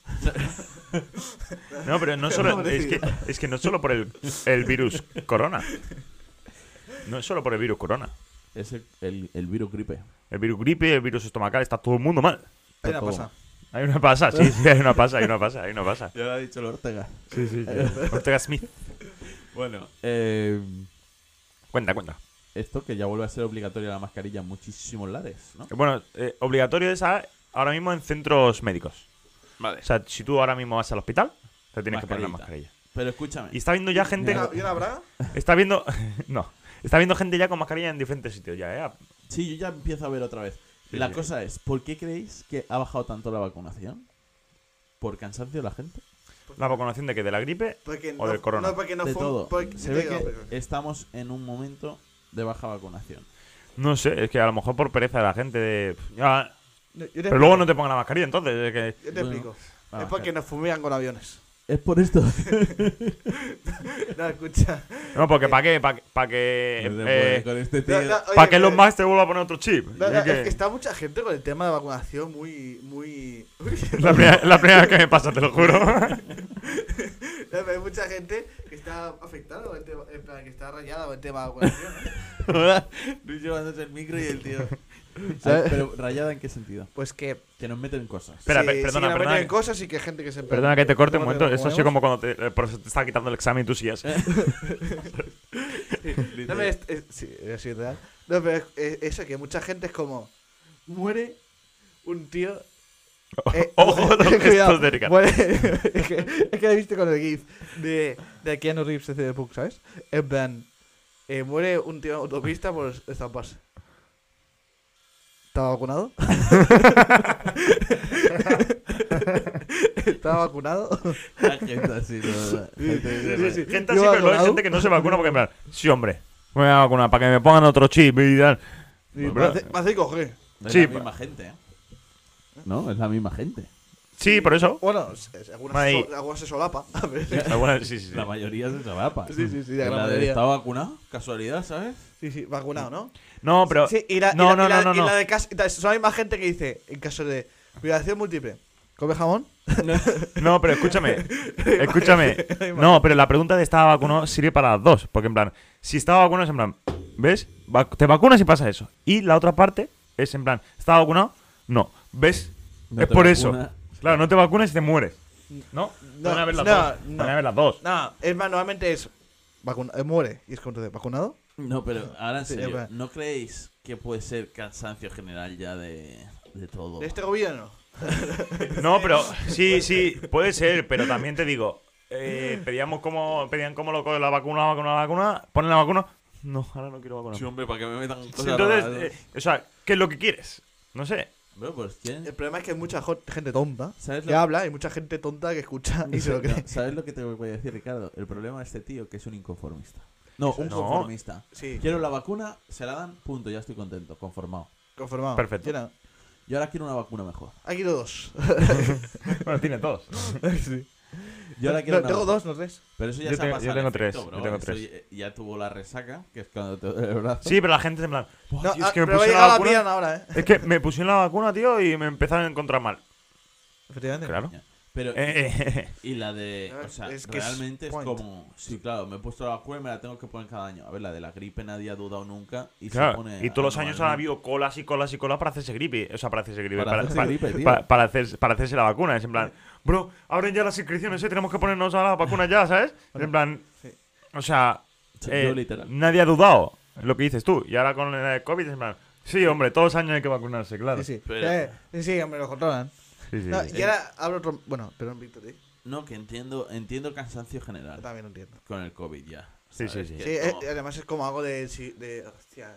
S2: No, pero no
S3: [laughs]
S2: solo.
S3: Pobre
S2: Es que,
S3: tío.
S2: es que no es solo por el, el virus corona. No es solo por el virus corona.
S1: Es el, el- el virus gripe.
S2: El virus gripe, el virus estomacal, está todo el mundo mal.
S3: Hay una
S1: Todo.
S3: pasa.
S2: Hay una pasa, sí, sí, hay una pasa, hay una pasa, hay una pasa.
S1: Ya lo ha dicho el Ortega.
S2: Sí, sí, Ortega Smith.
S1: Bueno, eh,
S2: Cuenta, cuenta.
S1: esto que ya vuelve a ser obligatoria la mascarilla en muchísimos lares, ¿no?
S2: Bueno, eh, obligatorio es a- ahora mismo en centros médicos.
S1: Vale.
S2: O sea, si tú ahora mismo vas al hospital, te tienes que poner la
S1: Mascarita.
S2: mascarilla.
S1: Pero escúchame.
S2: Y está viendo ya
S3: ¿Y
S2: gente.
S3: una, y una braga?
S2: Está viendo. [laughs] No. Está viendo gente ya con mascarilla en diferentes sitios ya, ¿eh?
S1: Sí, yo ya empiezo a ver otra vez.
S2: Sí,
S1: la
S2: sí.
S1: cosa es, ¿por qué creéis que ha bajado tanto la vacunación? ¿Por cansancio de la gente?
S2: La vacunación de que de la gripe.
S3: Porque
S2: O del corona.
S3: No, porque no
S1: de
S3: fue.
S1: todo.
S3: porque-
S1: Se ve
S3: digo,
S1: que estamos en un momento de baja vacunación.
S2: No sé, es que a lo mejor por pereza de la gente de. "Pff, ya".
S3: Yo te
S2: Pero luego no te pongan la mascarilla, entonces. es que-
S3: Yo te
S1: Bueno,
S3: explico.
S1: Ah,
S3: es porque nos fumean
S1: [laughs]
S3: con aviones.
S1: Es por esto.
S3: No, escucha.
S2: No, porque ¿para qué? ¿Para pa que.
S1: No se puede
S2: eh,
S1: con este tío.
S3: No,
S1: [laughs]
S3: no, oye,
S2: ¿Para que
S3: que-
S2: los más te vuelva a poner otro chip?
S3: no, no,
S2: Ya
S3: es que está mucha gente con el tema de vacunación muy. muy... [laughs]
S2: La primera, la primera vez que me pasa, te lo juro.
S3: Hay mucha gente que está afectada, con el tema- en plan, que está rayada con el tema de vacunación. ¿no?
S1: Luis llevándose el micro y el tío. Ay, Pero rayada en qué sentido?
S3: Pues que.
S1: Que nos meten cosas.
S2: Espera,
S3: sí,
S2: pe-
S3: sí que
S2: perdona,
S3: nos
S2: perdona.
S3: meten
S2: que-
S3: cosas y que gente que
S2: [laughs]
S3: se.
S2: Perdona que te corte un
S3: ¿Cómo te-
S2: momento. Eso ha
S3: cómo
S2: sido
S3: vemos?
S2: como cuando te, el profesor te está quitando el examen y tú sigues.
S3: No, pero es, es- sí, es real. No, pero es, es- eso, que mucha gente es como. Muere un
S2: [laughs]
S3: tío. eh, [laughs]
S2: Ojo,
S3: muere-
S2: los gestos
S3: cuidado,
S2: de Ricardo.
S3: muere- [laughs] es, que, es que lo he visto con el GIF de, de Keanu Reeves de Book, ¿sabes? En plan. eh, muere un tío en autopista por estamparse. ¿Estaba
S2: [laughs]
S3: vacunado? [laughs] ¿Estaba vacunado?
S1: La gente así, no, no, gente-
S3: Sí, sí, sí.
S2: Gente así,
S3: Yo
S2: pero luego hay
S3: vacunado.
S2: gente que no se vacuna porque en plan, sí, hombre, me voy a vacunar para que me pongan otro chip y tal. Bueno,
S3: Y me,
S2: pero-
S3: hace, me hace coger.
S1: Es
S2: Sí,
S1: la misma gente, ¿eh? No, es la misma gente.
S2: Sí, por
S3: [laughs]
S2: eso.
S3: Bueno, se- se- algunas
S2: Madre-
S3: se, sol- algunas se solapa. [laughs] a ver.
S2: Alguna- sí, sí, sí.
S1: La mayoría se solapa.
S3: Sí, sí, sí,
S1: la
S3: la gran
S1: de
S3: mayoría.
S1: está vacunado, casualidad, ¿sabes?
S3: Sí, sí, vacunado, ¿no?
S2: No, pero.
S3: Sí, y la, y
S2: no,
S3: la-
S2: no,
S3: y la-
S2: no, no,
S3: y la
S2: no.
S3: de cas- y tal, Son hay más gente que dice, en caso de violación múltiple, ¿come jamón?
S2: No, pero escúchame.
S3: [laughs]
S2: escúchame. No, pero la pregunta de estaba vacunado sirve para las dos. Porque en plan, si estaba vacunado es en plan, ¿ves? Va- te vacunas y pasa eso. Y la otra parte es en plan, ¿estaba vacunado? No. ¿Ves?
S1: No
S2: es
S1: te
S2: por
S1: vacunas.
S2: eso. Claro, no te vacunas y te mueres. ¿No?
S3: No,
S2: Van a ver las
S3: no,
S2: dos.
S3: no.
S2: Van a ver las dos.
S3: No, es más, normalmente es, vacuna- eh, muere. Y es como entonces, ¿vacunado?
S1: No, pero ahora en
S3: Sí, es
S1: serio,
S3: verdad.
S1: ¿no creéis que puede ser cansancio general ya de, de
S2: Oh.
S1: todo?
S3: ¿De este gobierno?
S2: No, pero sí, sí, puede ser, pero también te digo, eh, pedíamos como, pedían como loco la vacuna, la vacuna, la vacuna, ponen la vacuna. No, ahora no quiero vacuna.
S1: Sí, hombre, para que me metan cosas raras, ¿no?
S2: Entonces, eh, o sea, ¿qué es lo que quieres? No sé.
S1: Bueno, pues
S3: El
S1: ¿quién?
S3: problema es que hay mucha jo- gente tonta
S1: ¿Sabes
S3: que
S1: lo-
S3: habla y mucha gente tonta que escucha y se
S2: [laughs]
S3: lo
S1: No,
S3: cree.
S1: ¿Sabes lo que te voy a decir, Ricardo? El problema de este tío que es un inconformista. No, un
S2: No.
S1: conformista.
S3: Sí,
S1: Quiero la vacuna, se la dan, punto, ya estoy contento, conformado.
S3: conformado.
S2: Perfecto.
S3: Yo no.
S1: Y ahora quiero una vacuna mejor.
S3: Aquí quiero dos. [laughs]
S2: Bueno, tiene todos.
S3: Sí.
S1: Yo ahora quiero
S3: No,
S1: una
S3: tengo
S1: vacuna.
S3: dos, no tres.
S1: Pero eso ya
S2: Yo
S1: se ha
S2: tengo- yo
S1: pasado. el
S2: tengo tres,
S1: efecto, bro.
S2: yo tengo
S1: Eso
S2: tres.
S1: ya- ya tuvo la resaca, que es cuando te [laughs] duele el brazo.
S2: Sí, pero la gente es en plan, "Buah,
S3: No,
S2: tío,
S3: ah,
S2: es Oh, que me
S3: pero va
S2: pusieron
S3: a llegar
S2: la
S3: la
S2: vacuna.
S3: pierna ahora, ¿eh?
S2: Es que me pusieron la vacuna, tío, y me empezaron a encontrar mal.
S3: Efectivamente.
S2: Claro.
S1: Pero,
S2: [laughs] Eh, eh, eh.
S1: y la de.
S3: A ver,
S1: O sea,
S3: Ah, es que es
S1: realmente es,
S3: point.
S1: como. Sí, claro, me he puesto la vacuna y me la tengo que poner cada año. A ver, la de la gripe nadie ha dudado nunca. Y se
S2: Claro,
S1: pone
S2: y todos los años ha
S1: anualmente.
S2: habido colas y colas y colas para hacerse gripe. O sea, para hacerse gripe.
S1: Para hacerse gripe, tío.
S2: para- para hacerse, para hacerse la vacuna. Es en plan, bro, abren ya las inscripciones, ¿eh? tenemos que ponernos a la vacuna ya, ¿sabes? Es en plan,
S3: Sí.
S2: o sea,
S1: Sí,
S2: eh,
S1: yo literal.
S2: nadie ha dudado lo que dices tú. Y ahora con el COVID es en plan, sí, hombre, todos los años hay que vacunarse, claro.
S3: Sí, sí.
S1: Pero-
S3: Eh, sí, sí, me lo controlan.
S2: Sí, sí,
S3: No,
S2: sí.
S3: y ahora hablo otro. Bueno, perdón, Víctor, ¿eh?
S1: No, que entiendo, entiendo el cansancio
S3: Yo
S2: Ah.
S1: general
S3: también lo entiendo.
S1: con el COVID ya.
S2: Sí,
S1: ¿sabes?
S2: sí, sí.
S1: Que
S3: Sí, eh,
S1: no-
S3: además es como algo de. si- de hostia,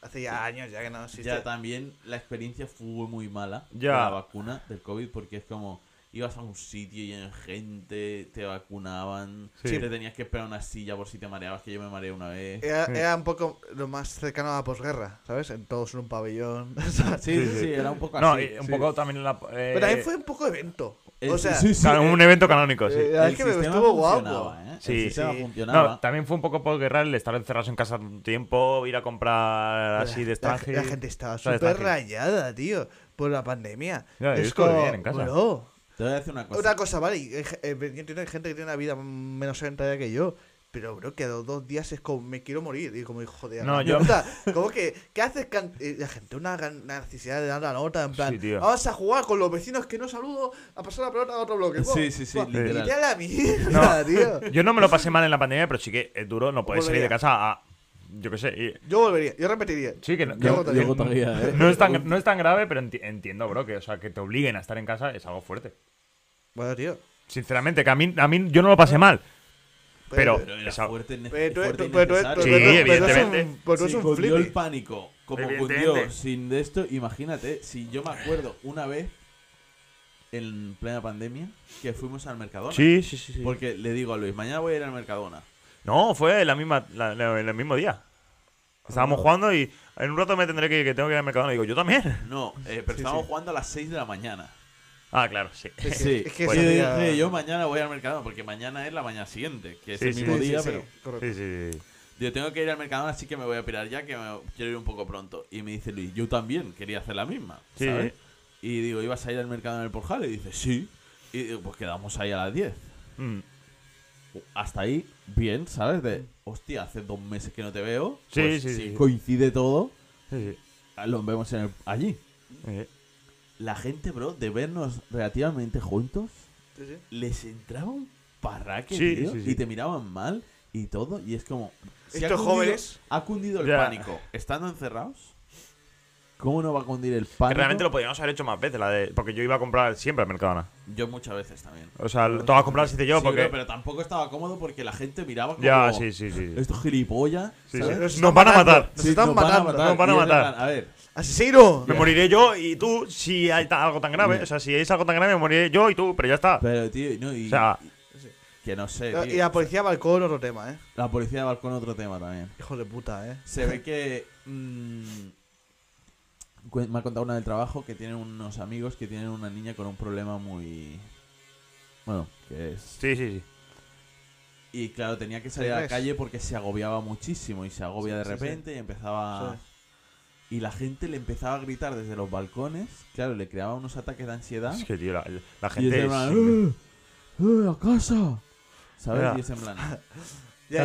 S3: hace ya años ya que no existe.
S1: ya también la experiencia fue muy mala
S2: Ya.
S1: de la vacuna del COVID porque es como ibas a un sitio y en gente te vacunaban,
S2: Sí.
S1: te tenías que esperar una silla por si te mareabas, que yo me mareé una vez.
S3: Era,
S2: Sí.
S3: era un poco lo más cercano a la posguerra, ¿sabes? En todos en un pabellón. [laughs] ¿sabes?
S1: Sí, sí,
S2: sí.
S1: sí, era un poco
S2: No,
S1: así.
S2: y un poco también la... eh,
S3: Pero también fue un poco evento.
S1: El-
S3: O
S1: [laughs]
S3: sea,
S1: sí, sí,
S2: claro,
S1: el-
S2: un evento canónico, sí.
S3: eh, la verdad es que me
S1: sistema
S3: estuvo guapo.
S1: funcionaba, ¿eh?
S2: Sí,
S1: el sistema
S3: sí.
S1: funcionaba.
S2: No, también fue un poco posguerra el estar encerrados en casa un tiempo, ir a comprar así de
S3: la,
S2: extranjero.
S3: la gente estaba
S2: Está de
S3: súper
S2: extranjero.
S3: rayada, tío, por la pandemia.
S2: Ya, yo
S3: es
S2: estuve
S3: como,
S2: bien en casa.
S3: bro,
S1: Te voy a decir una
S2: Pues
S1: cosa.
S3: Una cosa, vale, y hay ge- eh, yo entiendo que hay gente que tiene una vida menos sedentaria que yo, pero bro, que a los dos días es como me quiero morir. Y como, hijo de la
S2: No, yo- [laughs]
S3: puta, ¿cómo que qué haces? can- eh, La gente, una gran necesidad de dar la nota, en plan,
S2: Sí, tío.
S3: vamos a jugar con los vecinos que no saludo, a pasar la pelota a otro bloque.
S1: Sí, sí, sí, literal.
S3: Y la mierda, [laughs] tío.
S2: [laughs] Yo no me lo pasé mal en la pandemia, pero sí que es duro, no puedes salir de
S3: Volvería.
S2: casa a. Yo qué sé. y-
S3: Yo volvería, yo repetiría.
S2: sí, que no,
S3: Yo
S2: que-
S3: también.
S1: Yo todavía, ¿eh?
S2: no es tan, no es tan grave, pero enti- entiendo, bro, que, o sea, que te obliguen a estar en casa es algo fuerte.
S3: Bueno, tío.
S2: Sinceramente, que a mí, a mí yo no lo pasé mal. Pero,
S1: Pero era
S2: esa-
S1: fuerte, nece-
S3: Pero pues, tú-
S1: fuerte
S3: tú- pero tú-
S1: innecesario.
S2: Sí,
S3: pero tú- pero tú eres
S2: evidentemente.
S3: un- Pero tú
S1: si
S3: eres Pues un
S1: cundió el
S3: flippy.
S1: pánico, como
S2: Evidentemente.
S1: cundió sin de esto, imagínate, si yo me acuerdo una vez en plena pandemia que fuimos al Mercadona.
S2: Sí, sí, sí. sí.
S1: Porque le digo a Luis, mañana voy a ir al Mercadona.
S2: No, fue la misma, la- la- el mismo día.
S1: Ah.
S2: Estábamos jugando y en un rato me tendré que ir, que tengo que ir al mercado. Y digo, yo también.
S1: No, eh, pero estábamos jugando a las 6 de la mañana.
S2: Ah, claro, sí.
S1: Sí,
S2: [laughs]
S3: es que
S1: y
S3: ese
S1: le
S3: día-
S1: dije, yo mañana voy al Mercadona, porque mañana es la mañana siguiente, que es
S2: Sí,
S1: el
S2: sí,
S1: mismo
S2: sí,
S1: día,
S3: sí,
S1: pero...
S3: correcto.
S2: Sí, sí, sí.
S1: Yo tengo que ir al Mercadona, así que me voy a pirar ya, que me quiero ir un poco pronto. Y me dice Luis, yo también quería hacer la misma,
S2: Sí.
S1: ¿sabes? Y digo, ¿ibas a ir al Mercadona del Porjal? Y dice, sí. Y digo, pues quedamos ahí a las 10.
S2: Mm.
S1: Hasta ahí, bien, ¿sabes? De, hostia, hace dos meses que no te veo.
S2: Sí,
S1: pues,
S2: sí,
S1: si
S2: sí.
S1: coincide todo,
S2: Sí, sí.
S1: los vemos en el- allí.
S2: Eh,
S1: La gente, bro, de vernos relativamente juntos,
S3: Sí, sí.
S1: les entraba un parraque,
S2: Sí,
S1: tío,
S2: sí, sí.
S1: y te miraban mal y todo, y es como... si ha
S3: Estos
S1: cundido-
S3: jóvenes.
S1: Ha cundido el
S2: Ya.
S1: pánico. Estando encerrados, ¿cómo no va a cundir el
S2: que
S1: pánico?
S2: realmente lo podíamos haber hecho más veces, la de, porque yo iba a comprar siempre al Mercadona.
S1: Yo muchas veces también.
S2: O sea, todas las compras hice yo
S1: Sí,
S2: porque...
S1: bro, pero tampoco estaba cómodo porque la gente miraba como...
S2: ya, sí, sí, sí. sí.
S1: Estos gilipollas,
S2: Sí,
S1: ¿sabes?
S2: sí. Nos van a matar.
S3: Nos están
S1: nos van a
S3: matando.
S1: matar.
S2: nos
S1: Y
S2: van a
S1: es en
S2: matar.
S1: plan, A ver,
S3: ¡Asesino!
S2: Me moriré yo y tú si hay ta- algo tan grave. O sea, si es algo tan grave, me moriré yo y tú, pero ya está.
S1: pero tío, no, y,
S2: O sea,
S1: que no sé,
S3: Y
S1: tío.
S3: la policía balcón, otro tema, eh.
S1: La policía de balcón otro tema también.
S3: Hijo de puta, eh.
S1: Se ve que. mm, cu- me ha contado una del trabajo que tienen unos amigos que tienen una niña con un problema muy. Bueno, que es.
S2: sí, sí, sí.
S1: Y claro, tenía que salir a la
S3: Estrés.
S1: calle porque se agobiaba muchísimo y se agobia
S3: Sí,
S1: de
S3: sí, sí.
S1: repente y empezaba. Y la gente le empezaba a gritar desde los balcones. Claro, le creaba unos ataques de ansiedad.
S2: Es que, tío, la, la
S1: ¿Ah? y
S2: gente.
S1: es en
S2: es-
S1: plan, ¡Eh! ¡Eh, a casa! ¿Sabes?
S2: Ya.
S1: Y es en plan.
S3: Ya,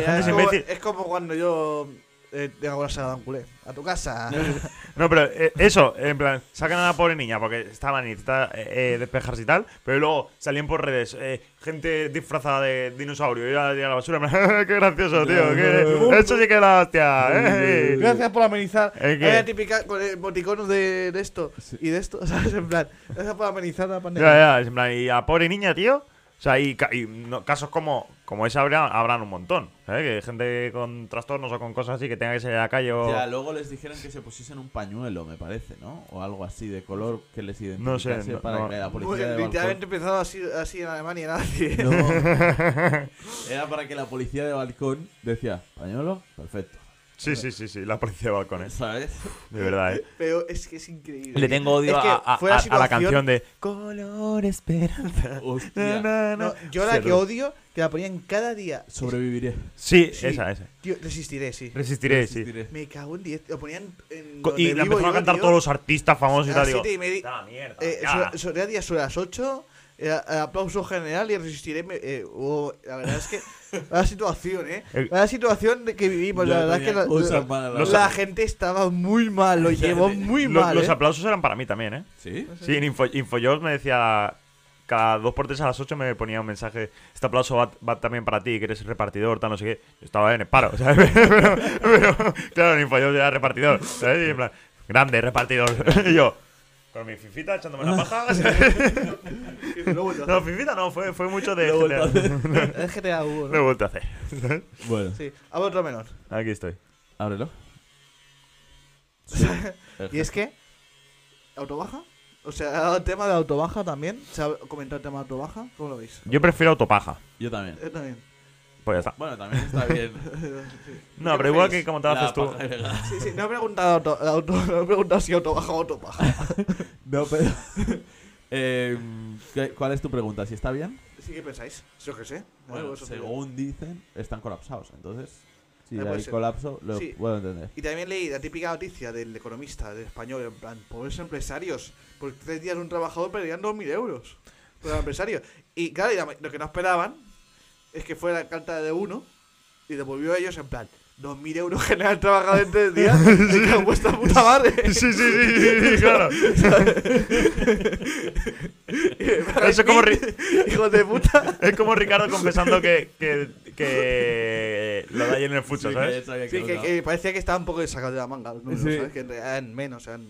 S2: La
S3: ya,
S2: gente
S3: es,
S2: se
S3: como,
S2: mete-
S3: es como cuando yo eh, te hago la salada de un culé. A tu casa.
S2: No, pero eh, eso, en plan, sacan a la pobre niña porque estaba necesita eh, eh, despejarse y tal. Pero luego salían por redes eh, gente disfrazada de dinosaurio y a, y a la basura. en plan, [laughs] "Eh, ¡Qué gracioso, tío!
S3: [laughs]
S2: que- ¡Eso sí que era la hostia! eh, eh.
S3: Gracias por amenizar.
S2: Es que-
S3: Hay la típica con emoticonos de, de esto
S1: Sí.
S3: y de esto, [laughs] ¿sabes? En plan, gracias por amenizar la
S2: Ya,
S3: pandemia.
S2: ya, es en plan, y a pobre niña, tío. O sea, y, ca- y no- casos como, como ese habrá, habrán un montón. ¿sabes? Que gente con trastornos o con cosas así que tenga que salir a la calle o.
S1: Ya, luego les dijeron que se pusiesen un pañuelo, me parece, ¿no? O algo así de color que les identificase
S2: no-
S1: para
S2: no.
S1: que la
S3: Muy-
S1: policía de
S3: literalmente
S1: balcón...
S3: empezado así, así en Alemania, nazi.
S2: [laughs]
S1: No. Era para que la policía de balcón decía, pañuelo, perfecto,
S2: Sí, sí, sí, sí, la policía de balcones.
S1: ¿sabes?
S2: [laughs] De verdad, eh.
S3: Pero es que es increíble.
S2: Le tengo odio
S3: Es que
S2: a, a-
S3: fue la
S2: a- a la
S3: situación-
S2: canción de Color Esperanza.
S1: Hostia.
S2: Na, na,
S3: No,
S2: na.
S3: yo la
S2: Sí,
S3: que odio, que la ponían cada día.
S1: Sobreviviré.
S2: Sí,
S3: Sí.
S2: esa, esa.
S3: Tío, resistiré, sí.
S2: Resistiré, sí.
S1: resistiré.
S3: Me cago en 10. Lo ponían en.
S2: Co- Y
S3: donde
S2: la
S3: vivo
S2: empezaron a
S3: yo,
S2: cantar
S3: tío.
S2: todos los artistas famosos y
S3: A
S2: tal.
S3: las
S2: Digo,
S3: siete y media-
S2: "Esta mierda,
S3: Eh,
S2: ya".
S3: so- sobre día sobre las 8, eh, a- aplauso general y resistiré. me- eh, hubo- la verdad es que. la situación, ¿eh?
S2: El-
S3: La situación de que vivimos.
S1: Ya
S3: La verdad es que
S1: tenía
S3: la,
S1: cosas
S3: la-
S1: malas,
S3: la
S1: los-
S3: gente estaba muy mal, lo llevó muy
S2: Lo-
S3: mal.
S2: los
S3: ¿eh?
S2: aplausos eran para mí también, ¿eh?
S1: ¿Sí?
S2: Sí, en Info, Infojob me decía. Cada dos por tres a las ocho me ponía un mensaje. Este aplauso va, va también para ti, que eres repartidor, tal, no sé qué. Yo estaba en el paro, [laughs] ¿sabes? Pero, pero, claro, en Infojob era repartidor, ¿sabes? Y en plan, grande, repartidor. [laughs] y yo, con mi fifita echándome
S3: [laughs]
S2: una paja. [laughs] no, fifita no, fue, fue mucho de.
S1: Lo he vuelto a hacer.
S3: [laughs] Es que te da hubo,
S2: Lo he
S3: ¿no?
S2: vuelto a hacer.
S1: Bueno,
S3: Sí, a otro menor.
S2: Aquí estoy.
S1: ábrelo.
S3: [laughs] Y es que. ¿Autobaja? O sea, el tema de autobaja también. ¿Se ha comentado el tema de autobaja? ¿Cómo lo veis?
S2: Yo prefiero autopaja.
S1: Yo también.
S3: Yo también.
S2: Pues ya está.
S1: Bueno, también
S2: [laughs]
S1: está bien.
S2: No, pero igual que
S3: preferís?
S2: como te haces
S1: La
S2: tú. [laughs]
S1: paja agregada.
S3: Sí, sí, no he preguntado, auto- auto- no he preguntado si autobaja o autopaja.
S1: No, pero... [laughs] Eh, ¿qué- ¿Cuál es tu pregunta? ¿Si está bien?
S3: Sí, ¿qué pensáis? Yo qué sé. Algo
S1: Bueno,
S3: de eso sería.
S1: según dicen, están colapsados. Entonces, si
S3: pues, Eh, puede
S1: hay
S3: ser.
S1: colapso, lo
S3: Sí.
S1: puedo entender.
S3: Y también leí la típica noticia del economista, del español, en plan, pobres empresarios, por tres días un trabajador perdían 2.000 euros. Por el empresario. Y claro, y la- lo que no esperaban es que fue la carta de uno y devolvió a ellos en plan, 2.000 euros general el trabajador en
S2: [laughs]
S3: tres días, me cago en vuestra puta madre. [laughs]
S2: Sí, sí, sí, sí, sí, claro. Eso es como ri-
S3: Hijo de puta.
S2: Es como Ricardo confesando que, que, que lo da ayer en el futsal,
S1: Sí, que
S2: ¿sabes?
S1: ya sabía
S3: Sí, que,
S1: no.
S3: que parecía que estaba un poco sacado de la manga los números,
S1: Sí.
S3: ¿sabes? Que eran menos, eran...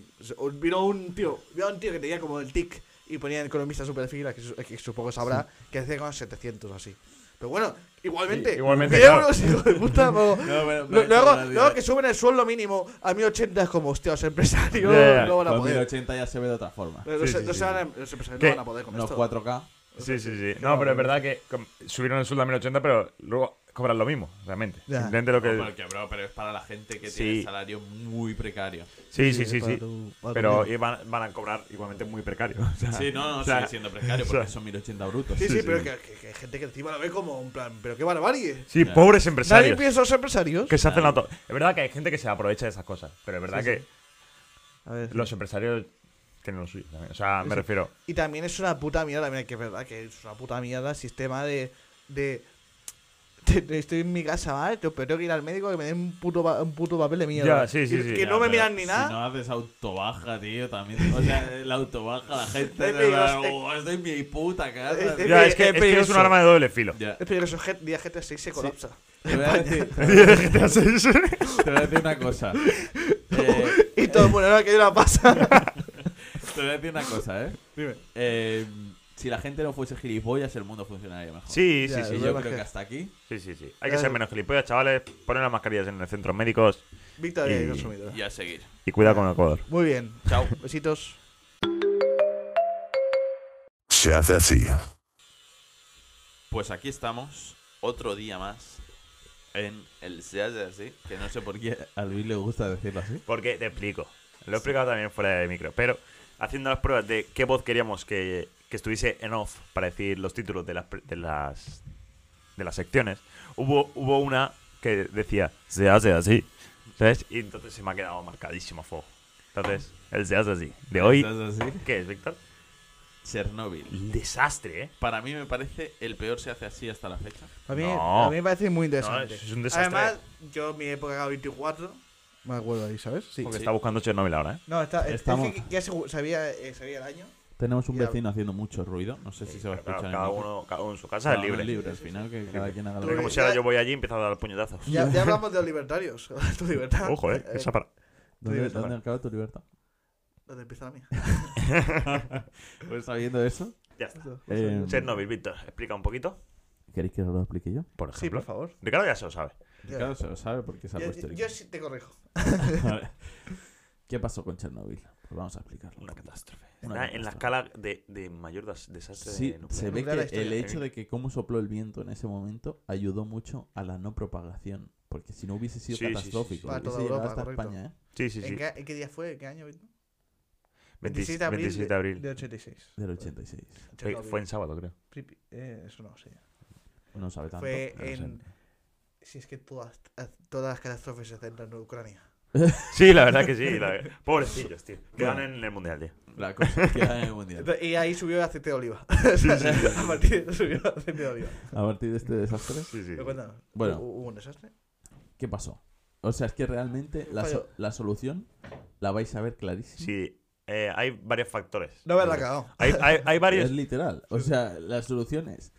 S3: Vino un tío, vino un tío que tenía como el tic y ponía en economista superfila, que, su- que supongo sabrá, que hacía como 700 o así. Pero bueno, igualmente,
S2: Sí, igualmente,
S3: 10
S2: claro.
S3: euros, hijo de
S2: [laughs]
S3: puta, pero-
S1: No, pero-
S3: Lu-
S1: pero-
S3: Luego,
S1: pero-
S3: luego que suben el sueldo mínimo a 1080 es como,
S2: [laughs]
S3: hostia, los empresarios
S2: Yeah.
S3: no van a
S1: Con
S3: poder.
S1: 1080 ya se ve de otra forma.
S3: No-
S2: Sí,
S3: no se-
S2: sí,
S3: no
S2: sí,
S3: se van
S2: sí.
S3: a- Los empresarios
S2: ¿Qué?
S3: no van a poder con
S1: Unos
S3: esto.
S1: 4K.
S2: Sí, sí, sí. No, pero es verdad que com- subieron el sueldo a 1080, pero luego cobran lo mismo, realmente.
S3: Ya.
S2: Simplemente lo
S1: No,
S2: que.
S1: pero, que, bro, pero es para la gente que
S2: Sí.
S1: tiene salario muy precario.
S2: Sí, sí, sí,
S3: para
S2: sí.
S3: tu- para tu
S2: Pero
S3: vida.
S2: y van, van a cobrar igualmente muy precario. o sea,
S1: Sí, no, no,
S2: o sea,
S1: sigue siendo precario porque son 1080 brutos.
S3: Sí, sí,
S2: Sí,
S3: pero
S2: sí.
S3: que, que- que hay gente que encima lo ve como un plan, pero qué barbarie.
S2: Sí, pobres
S3: Nadie
S2: empresarios.
S3: piensa en los empresarios.
S2: Que se hacen la to- Es verdad que hay gente que se aprovecha de esas cosas, pero es verdad
S3: Sí,
S2: que
S3: sí. A ver, sí.
S2: los empresarios tienen lo suyo también. O sea, me refiero.
S3: Y también es una puta mierda, mira, que es verdad que es una puta mierda el sistema de, de Estoy en mi casa, ¿vale? Pero tengo que ir al médico que me den un puto, pa- un puto papel de mierda.
S2: Ya, sí, sí,
S3: Que-
S2: sí.
S3: que
S2: ya,
S3: no me
S2: pero-
S3: miran ni nada.
S1: Si no haces autobaja, tío, también. O sea, la autobaja, la gente.
S3: Es
S1: de verdad,
S3: peligroso, eh.
S1: "Oh, estoy en mi puta
S3: Eh,
S1: casa.
S3: eh,
S1: tío".
S2: Ya, es que
S3: Es
S2: es, que es
S3: peligroso.
S2: un arma de doble filo.
S1: Ya.
S3: Es peligroso, G- día GTA 6 se colapsa.
S1: Te voy a decir,
S2: [laughs] GTA 6.
S1: [laughs] te voy a decir una cosa. Eh,
S3: Y todo, bueno, no, que yo la
S2: [laughs]
S3: pasa. [laughs]
S1: te voy a decir una cosa, ¿eh?
S3: Dime.
S1: Eh, Si la gente no fuese gilipollas, el mundo funcionaría mejor.
S2: Sí, sí,
S3: Ya,
S2: sí,
S1: Y
S3: el
S2: yo-
S1: yo
S3: problema
S1: creo que
S3: es que-
S1: hasta aquí.
S2: sí, sí, sí. Hay que ser menos gilipollas, chavales. Poner las mascarillas en los centros médicos
S3: Víctor,
S2: Y-
S3: y... consumido.
S1: Y a seguir.
S2: y cuidado con el Ecuador.
S3: Muy bien.
S1: Chao.
S3: Besitos.
S4: Se hace así.
S1: Pues aquí estamos, otro día más, en el Se hace así, que no sé por qué a Luis le gusta decirlo así.
S2: Porque te explico. Lo he explicado también fuera de micro. Pero haciendo las pruebas de qué voz queríamos que, que estuviese en off para decir los títulos de las, pre- de las, de las secciones, hubo, hubo una que decía se hace así. ¿Sabes? Y entonces se me ha quedado marcadísimo a fuego. Entonces, el se hace así. De hoy.
S1: ¿Estás así?
S2: ¿Qué es, Víctor?
S1: Chernóbil.
S2: El desastre, ¿eh?
S1: Para mí me parece el peor Se hace así hasta la fecha.
S3: A mí,
S2: No.
S3: a mí me parece muy
S1: pues,
S3: interesante.
S2: No, es- es un desastre.
S3: Además, yo en mi época 24 me acuerdo ahí, ¿sabes? Sí.
S2: Porque
S1: sí.
S2: está buscando Chernobyl ahora, ¿eh?
S3: No, está, es-
S1: Estamos-
S3: es que ya se- sabía, eh, sabía el año.
S1: Tenemos un
S3: Ya.
S1: vecino haciendo mucho ruido, no sé si se va a
S2: Pero
S1: escuchar. en
S2: claro, cada,
S1: el micro.
S2: uno, cada uno en su casa es
S1: Cada uno
S2: libre.
S1: al final, que cada quien haga lo
S3: Tú
S1: que
S2: Como
S3: Ya-
S2: si ahora yo voy allí y empiezo a dar
S1: [laughs]
S2: puñetazos. [laughs]
S3: Ya, ya hablamos de los libertarios. [laughs] tu libertad.
S2: Ojo, ¿eh?
S3: Eh,
S2: Esa para...
S1: ¿Dónde,
S2: Dime,
S1: ¿dónde
S2: Sara.
S1: acaba tu libertad?
S3: ¿Dónde empieza la mía?
S1: [laughs] pues sabiendo eso,
S2: Ya está.
S1: eh,
S2: Chernobyl, Víctor, explica un poquito,
S1: ¿queréis que os lo explique yo?
S2: por
S3: Sí,
S2: ejemplo.
S3: por favor.
S2: Ricardo ya se lo sabe.
S3: Ya.
S1: Claro, se lo sabe porque es algo
S3: Yo, yo-
S1: histórico.
S3: yo sí te corrijo.
S1: [laughs] Vale. ¿Qué pasó con Chernobyl? Pues vamos a explicarlo.
S2: Una catástrofe.
S1: Una
S2: Está en la
S1: catástrofe.
S2: escala de, de mayor das- desastre
S1: Sí,
S2: de
S1: se ve
S3: Nuclear
S1: que el
S3: historia.
S1: hecho de que cómo sopló el viento en ese momento ayudó mucho a la no propagación. Porque si no hubiese sido
S2: Sí, sí, sí, sí.
S1: catastrófico,
S3: Para
S1: hubiese
S3: toda
S1: llegado
S3: Europa,
S1: hasta
S3: correcto.
S1: España, ¿eh?
S2: Sí, sí,
S3: ¿En
S2: sí.
S3: qué, en qué día fue? ¿En qué año? Víctor?
S2: 26 de abril. 27 de abril.
S3: de 86.
S1: Del 86.
S2: Fue,
S3: Chernobyl.
S2: fue en sábado, creo.
S3: Pripi- eh, eso no sé.
S1: No sabe tanto.
S3: Fue
S1: no lo sé.
S3: en- Si es que todas, todas las catástrofes se centran en Ucrania.
S2: Sí, la verdad que sí. [laughs] la- Pobrecillos, tío. Quedan en el mundial, tío.
S3: [laughs]
S1: La cosa es que era en el mundial.
S3: Y ahí subió el aceite de oliva. [laughs] A partir de eso subió el aceite de oliva.
S1: A partir de este desastre,
S2: Sí, sí.
S3: Pero cuéntanos,
S1: Bueno.
S3: ¿hu- ¿hubo un desastre?
S1: ¿qué pasó? O sea, es que realmente la, so-
S3: Fallo.
S1: la solución la vais a ver clarísima.
S2: Sí, eh, hay varios factores.
S3: No haberla cagado.
S2: Hay, hay, hay varios.
S1: Es
S2: [laughs]
S1: literal. O sea, la solución es...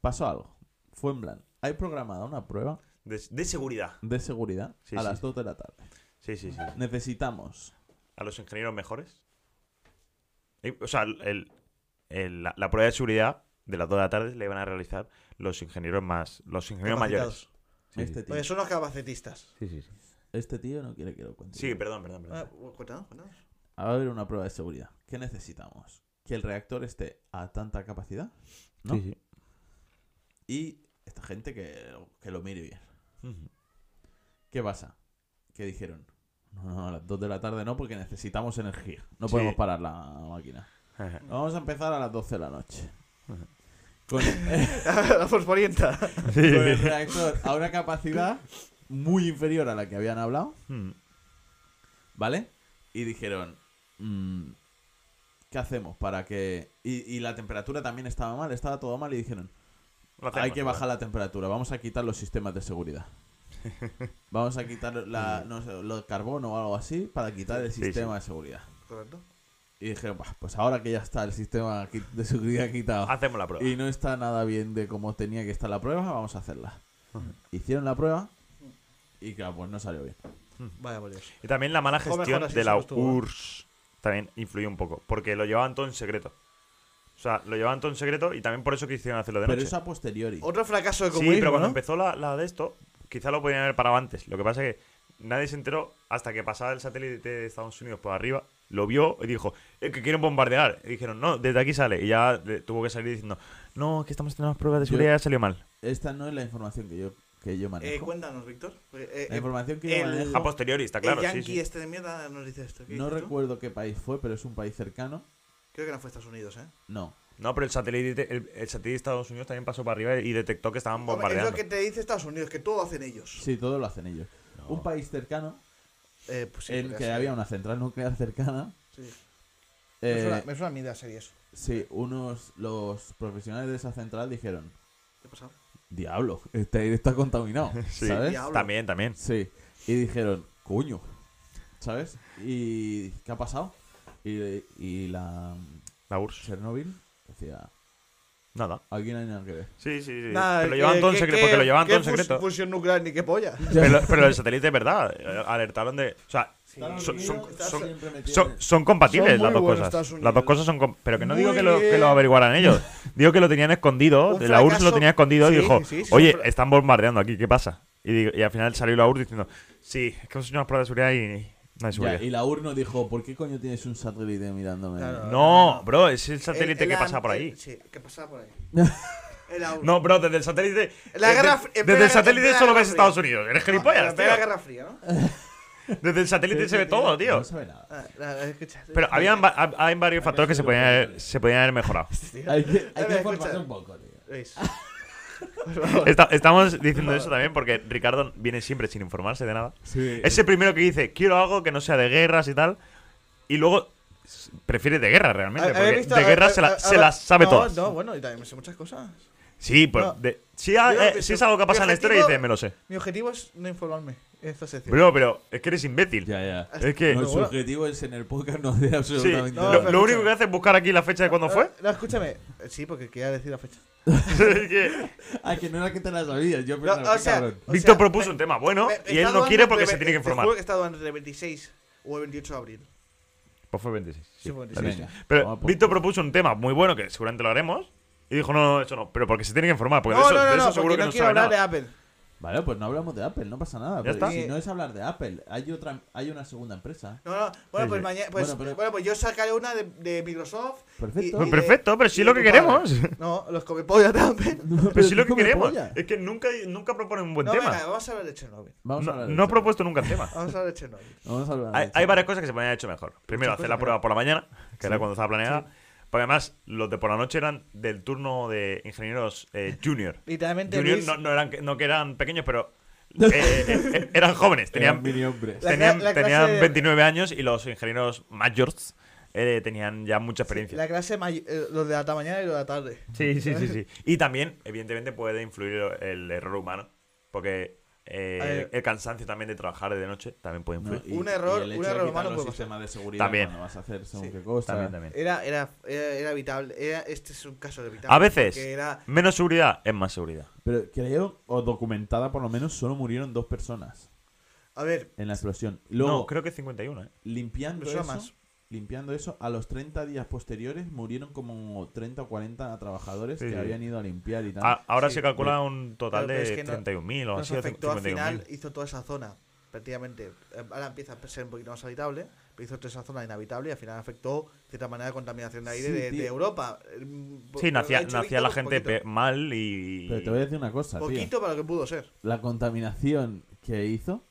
S1: Pasó algo. Fue en plan. Hay programada una prueba
S2: De, de seguridad.
S1: de seguridad
S2: Sí,
S1: a
S2: sí,
S1: las
S2: sí.
S1: 2 de la tarde.
S2: Sí, sí, sí.
S1: Necesitamos
S2: a los ingenieros mejores. Eh, O sea, el- el- la, la prueba de seguridad de las 2 de la tarde la iban a realizar los ingenieros más. Los ingenieros mayores.
S3: Capacitados.
S2: Sí,
S1: este tío.
S2: sí.
S3: Porque son los capacitistas.
S2: Sí, sí, sí.
S1: Este tío no quiere que lo cuente.
S2: Sí, perdón, perdón,
S3: Ah,
S2: perdón.
S3: Cuéntanos, cuéntanos.
S1: Va a haber una prueba de seguridad. ¿Qué necesitamos? Que el reactor esté a tanta capacidad ¿no?
S2: Sí, sí.
S1: y esta gente que, que lo mire bien. [laughs]
S2: Ujú.
S1: ¿Qué pasa? Que dijeron, no, no, a las 2 de la tarde no, porque necesitamos energía. No
S2: Sí.
S1: podemos parar la máquina. Vamos a empezar a las 12 de la
S2: [laughs]
S1: noche. Con, [laughs]
S3: [laughs] La fosforienta.
S1: con el reactor a una capacidad muy inferior a la que habían hablado.
S2: Mm.
S1: ¿Vale? Y dijeron, mm, ¿qué hacemos para que...? Y, y la temperatura también estaba mal, estaba todo mal y dijeron,
S2: Lo hacemos,
S1: hay que bajar la temperatura, vamos a quitar los sistemas de
S2: [laughs]
S1: seguridad. Vamos a quitar la, no sé, lo- el carbón o algo así para quitar el
S2: Sí, sí.
S1: sistema de seguridad.
S3: Correcto.
S1: Y dijeron, "Bah, pues ahora que ya está el sistema qui- de seguridad quitado
S2: Hacemos la prueba.
S1: y no está nada bien de cómo tenía que estar la prueba, vamos a hacerla. Hicieron la prueba y claro, pues no salió bien.
S3: Vaya por Dios.
S2: Y también la mala
S3: Mejor,
S2: gestión
S3: mejor así
S2: de la
S3: somos tú, ¿eh?
S2: URSS también influyó un poco. Porque lo llevaban todo en secreto. O sea, lo llevaban todo en secreto y también por eso quisieron hacerlo de
S1: Pero
S2: noche.
S1: eso a posteriori.
S3: Otro fracaso de
S2: Sí,
S3: comunismo,
S2: pero cuando
S3: ¿no?
S2: empezó la, la de esto, quizá lo podían haber parado antes. Lo que pasa es que nadie se enteró hasta que pasaba el satélite de Estados Unidos por arriba, lo vio y dijo, "Eh, que quieren bombardear. Y dijeron, no, desde aquí sale. Y ya eh, tuvo que salir diciendo, no, es que estamos haciendo unas pruebas de seguridad, salió mal.
S1: Esta no es la información que yo, que yo manejo.
S3: Eh, cuéntanos, Víctor. Porque, eh,
S1: La
S3: eh,
S1: información que yo
S3: el-
S1: manejo,
S2: A posteriori, está claro.
S3: el yankee
S2: Sí, sí.
S3: este de mierda nos dice esto. ¿Qué
S1: no
S3: dices tú?
S1: recuerdo qué país fue, pero es un país cercano.
S3: Creo que no fue Estados Unidos, ¿eh?
S1: No.
S2: No, pero el satélite, el, el satélite de Estados Unidos también pasó para arriba y detectó que estaban
S3: Hombre, Es
S2: bombardeando.
S3: lo que te dice Estados Unidos, que todo hacen ellos.
S1: Sí, todo lo hacen ellos. Un país cercano
S3: Eh, pues sí,
S1: en
S3: podría
S1: que
S3: ser.
S1: había una central nuclear [laughs] cercana.
S3: Sí. me,
S1: eh,
S3: suena, me suena a mí de la serie eso.
S1: Sí, unos los profesionales de esa central dijeron,
S3: ¿Qué ha pasado?
S1: diablo, este aire está contaminado,
S2: [laughs] Sí.
S1: ¿sabes?
S3: Diablo.
S2: También, también.
S1: Sí. Y dijeron, coño, ¿sabes? ¿Y qué ha pasado? Y, y la
S2: La URSS.
S1: Chernobyl decía,
S2: Nada.
S1: aquí no hay nada que ver.
S2: Sí, sí, sí.
S3: Nada,
S2: pero lo
S3: ¿qué-
S2: llevan todo en
S3: qué-
S2: secreto.
S3: qué-
S2: Porque lo llevan
S3: qué
S2: todo en
S3: fus-
S2: secreto.
S3: Fusión nuclear ni qué polla. [laughs]
S2: Pero, pero el satélite es verdad. eh, Alertaron de. O sea, son, son- son- son- son compatibles
S3: Son muy
S2: las dos
S3: buenos
S2: cosas.
S3: Estados Unidos.
S2: Las dos cosas son. com- Pero que no
S3: Muy
S2: digo que lo, que
S3: bien.
S2: lo averiguaran ellos.
S3: [laughs]
S2: Digo que lo tenían escondido.
S3: Un
S2: de La URSS lo
S3: fracaso.
S2: tenía escondido y
S3: Sí,
S2: dijo:
S3: sí, sí, sí,
S2: Oye,
S3: son fra-
S2: están bombardeando aquí, ¿qué pasa? Y, digo- y al final salió la URSS diciendo: Sí, es que hemos hecho unas pruebas de seguridad y no hay seguridad.
S1: Ya, y la urno dijo, ¿por qué coño tienes un satélite mirándome?
S3: Claro.
S2: No, bro, es el satélite
S3: El-
S2: que
S3: el
S2: pasa por
S3: an-
S2: ahí.
S3: el- Sí, que pasa por ahí.
S1: [laughs]
S3: El AUR.
S2: No, bro, desde el satélite.
S3: La
S2: desde-
S3: guerra fr- en
S2: desde
S3: plena
S2: el
S3: guerra- en
S2: satélite
S3: plena
S2: solo
S3: guerra
S2: ves
S3: fría.
S2: Estados Unidos. Eres
S3: Ah,
S2: gilipollas,
S3: La Primera
S2: tío.
S3: Guerra Fría, ¿no?
S2: Desde el satélite se ve todo, tío.
S1: No sabe
S3: [laughs]
S1: nada.
S3: Ah, la- la- escucha.
S2: Pero habían, va- hab- hay varios factores que se podían, haber, se podían haber
S3: [laughs]
S2: mejorado.
S1: Hay que, hay
S3: Escucha.
S1: que informarse un poco, tío. [laughs]
S3: Luis.
S2: Esta- estamos diciendo eso también porque Ricardo viene siempre sin informarse de nada.
S1: Sí.
S2: Es el primero que dice, quiero algo que no sea de guerras y tal. Y luego s- prefiere de guerra realmente.
S3: ¿Habéis
S2: Porque
S3: visto-
S2: de guerra
S3: a-
S2: se,
S3: a-
S2: la-
S3: a-
S2: se las sabe
S3: no,
S2: todas.
S3: No, bueno, y también me sé muchas cosas.
S2: Sí, pues,
S3: No.
S2: de- si, ha-
S3: Yo creo
S2: eh,
S3: que
S2: si es
S3: su-
S2: algo que pasa en la historia,
S3: objetivo-
S2: dice, me lo sé.
S3: Mi objetivo es no informarme en esta sección.
S2: Bro, pero es que eres imbécil.
S1: Ya,
S2: [laughs]
S1: ya.
S2: Es que...
S1: No, su
S3: bueno.
S1: objetivo es en el podcast no hacer
S2: sí,
S1: absolutamente
S3: No,
S1: nada.
S2: lo,
S3: pero
S2: lo único
S3: escúchame.
S2: que hace es buscar aquí la fecha de cuándo
S3: [laughs]
S2: fue.
S3: No, escúchame. Eh, Sí, porque quería decir la fecha.
S2: [laughs] Es que
S1: Ah, que no era que te la sabías. Yo
S3: No,
S1: pensaba,
S3: o
S1: qué
S3: sea,
S1: cabrón.
S3: o
S2: Víctor
S3: sea,
S2: propuso un tema bueno
S3: me- me
S2: y él
S3: está
S2: no
S3: dudando
S2: quiere porque
S3: entre
S2: se
S3: ve-
S2: tiene que
S3: eh, te
S2: informar.
S3: juro que he estado entre el 26 o el 28 de abril.
S2: Pues fue 26. sí.
S3: Sí, fue
S1: Venga,
S3: 26.
S2: Pero
S1: vamos por-
S2: Víctor propuso un tema muy bueno que seguramente lo haremos. Y dijo, no, no, eso no. Pero porque se tiene que informar. Porque de
S3: No,
S2: eso,
S3: no,
S2: de
S3: no,
S2: eso
S3: no,
S2: seguro
S3: porque
S2: que no,
S3: no quiero
S2: sabe
S3: hablar de
S2: nada.
S3: Apple.
S1: Vale, pues no hablamos de Apple, no pasa nada. pero
S2: está.
S1: Si no es hablar de Apple, hay otra, hay una segunda
S2: [laughs]
S1: empresa.
S3: No, no, bueno,
S2: Sí,
S3: pues
S2: sí.
S3: mañana. Pues,
S1: Bueno,
S3: bueno,
S1: pero-
S3: pues yo sacaré una de, de Microsoft.
S1: Perfecto.
S2: Pues
S3: de-
S2: perfecto, pero sí
S3: y
S2: lo
S3: de
S2: que
S3: tu padre.
S2: queremos.
S3: No, los copepollas también.
S2: Pero sí
S1: tú
S2: lo que
S1: come
S2: queremos.
S1: polla.
S2: Es que nunca, nunca proponen un buen
S3: no,
S2: tema.
S3: venga, vamos a hablar de Chernobyl.
S1: Vamos a
S2: no
S1: hablar de
S2: no ha
S1: esto.
S2: propuesto nunca un tema.
S3: Vamos a hablar de Chernobyl.
S1: Vamos a hablar de
S2: hay,
S1: esto.
S2: hay varias cosas que se podían haber hecho mejor. Primero, hacer la
S3: cosas
S2: prueba por la mañana, que era cuando estaba planeada. Porque además, los de por la noche eran del turno de ingenieros eh, junior.
S3: Literalmente,
S2: Junior
S3: Luis,
S2: no, no eran, no que eran pequeños, pero eh, eh, eh, eran jóvenes.
S1: Eran [laughs]
S2: Tenían,
S1: mini hombres.
S3: [laughs] La-
S2: tenían,
S3: cla- clase
S2: tenían
S3: de-
S2: 29 años y los ingenieros mayors eh, tenían ya mucha experiencia.
S3: la clase, may- eh, los de la mañana y los de la tarde.
S2: Sí, sí, sí, sí. Y también, evidentemente, puede influir el error humano, porque eh,
S3: A ver.
S2: el cansancio también de trabajar de noche también puede
S1: No,
S2: influir.
S1: y-
S3: Un error-
S1: y el hecho
S3: un
S1: de
S3: error
S1: quitar
S3: humano
S1: los
S3: puede pasar.
S1: sistemas de seguridad
S2: También.
S1: cuando vas a hacer según
S3: Sí.
S1: qué cosa.
S2: También, también.
S3: Era, era, era, era evitable. Era, este es un caso evitable.
S2: A veces,
S3: porque era-
S2: menos seguridad es más seguridad.
S1: Pero creo, o documentada por lo menos, solo murieron dos personas
S3: a ver,
S1: en la explosión. Luego,
S2: no, creo que 51, ¿eh?
S1: limpiando
S3: Me
S1: eso,
S3: suena más.
S1: limpiando eso, a los 30 días posteriores murieron como 30 o 40 trabajadores
S2: Sí,
S1: que
S2: sí. Ah,
S1: habían ido a limpiar y tal.
S2: A- ahora
S3: Sí.
S2: se calcula un total
S3: Claro, pero
S2: de
S3: es que no-
S2: 31.000 o
S3: nos
S2: así, o
S3: afectó al
S2: 51.000.
S3: final. Hizo toda esa zona prácticamente. eh, Ahora empieza a ser un poquito más habitable. Pero hizo toda esa zona inhabitable y al final afectó de cierta manera la contaminación de aire
S1: Sí,
S3: de,
S1: tío.
S3: de Europa. Mm, po-
S2: Sí,
S3: lo
S2: nacía,
S3: ha hecho
S2: nacía la
S3: Víctor
S2: gente
S3: poquito,
S2: pe- mal y...
S1: Pero te voy a decir una cosa, tío.
S3: poquito para lo que pudo ser.
S1: la contaminación que hizo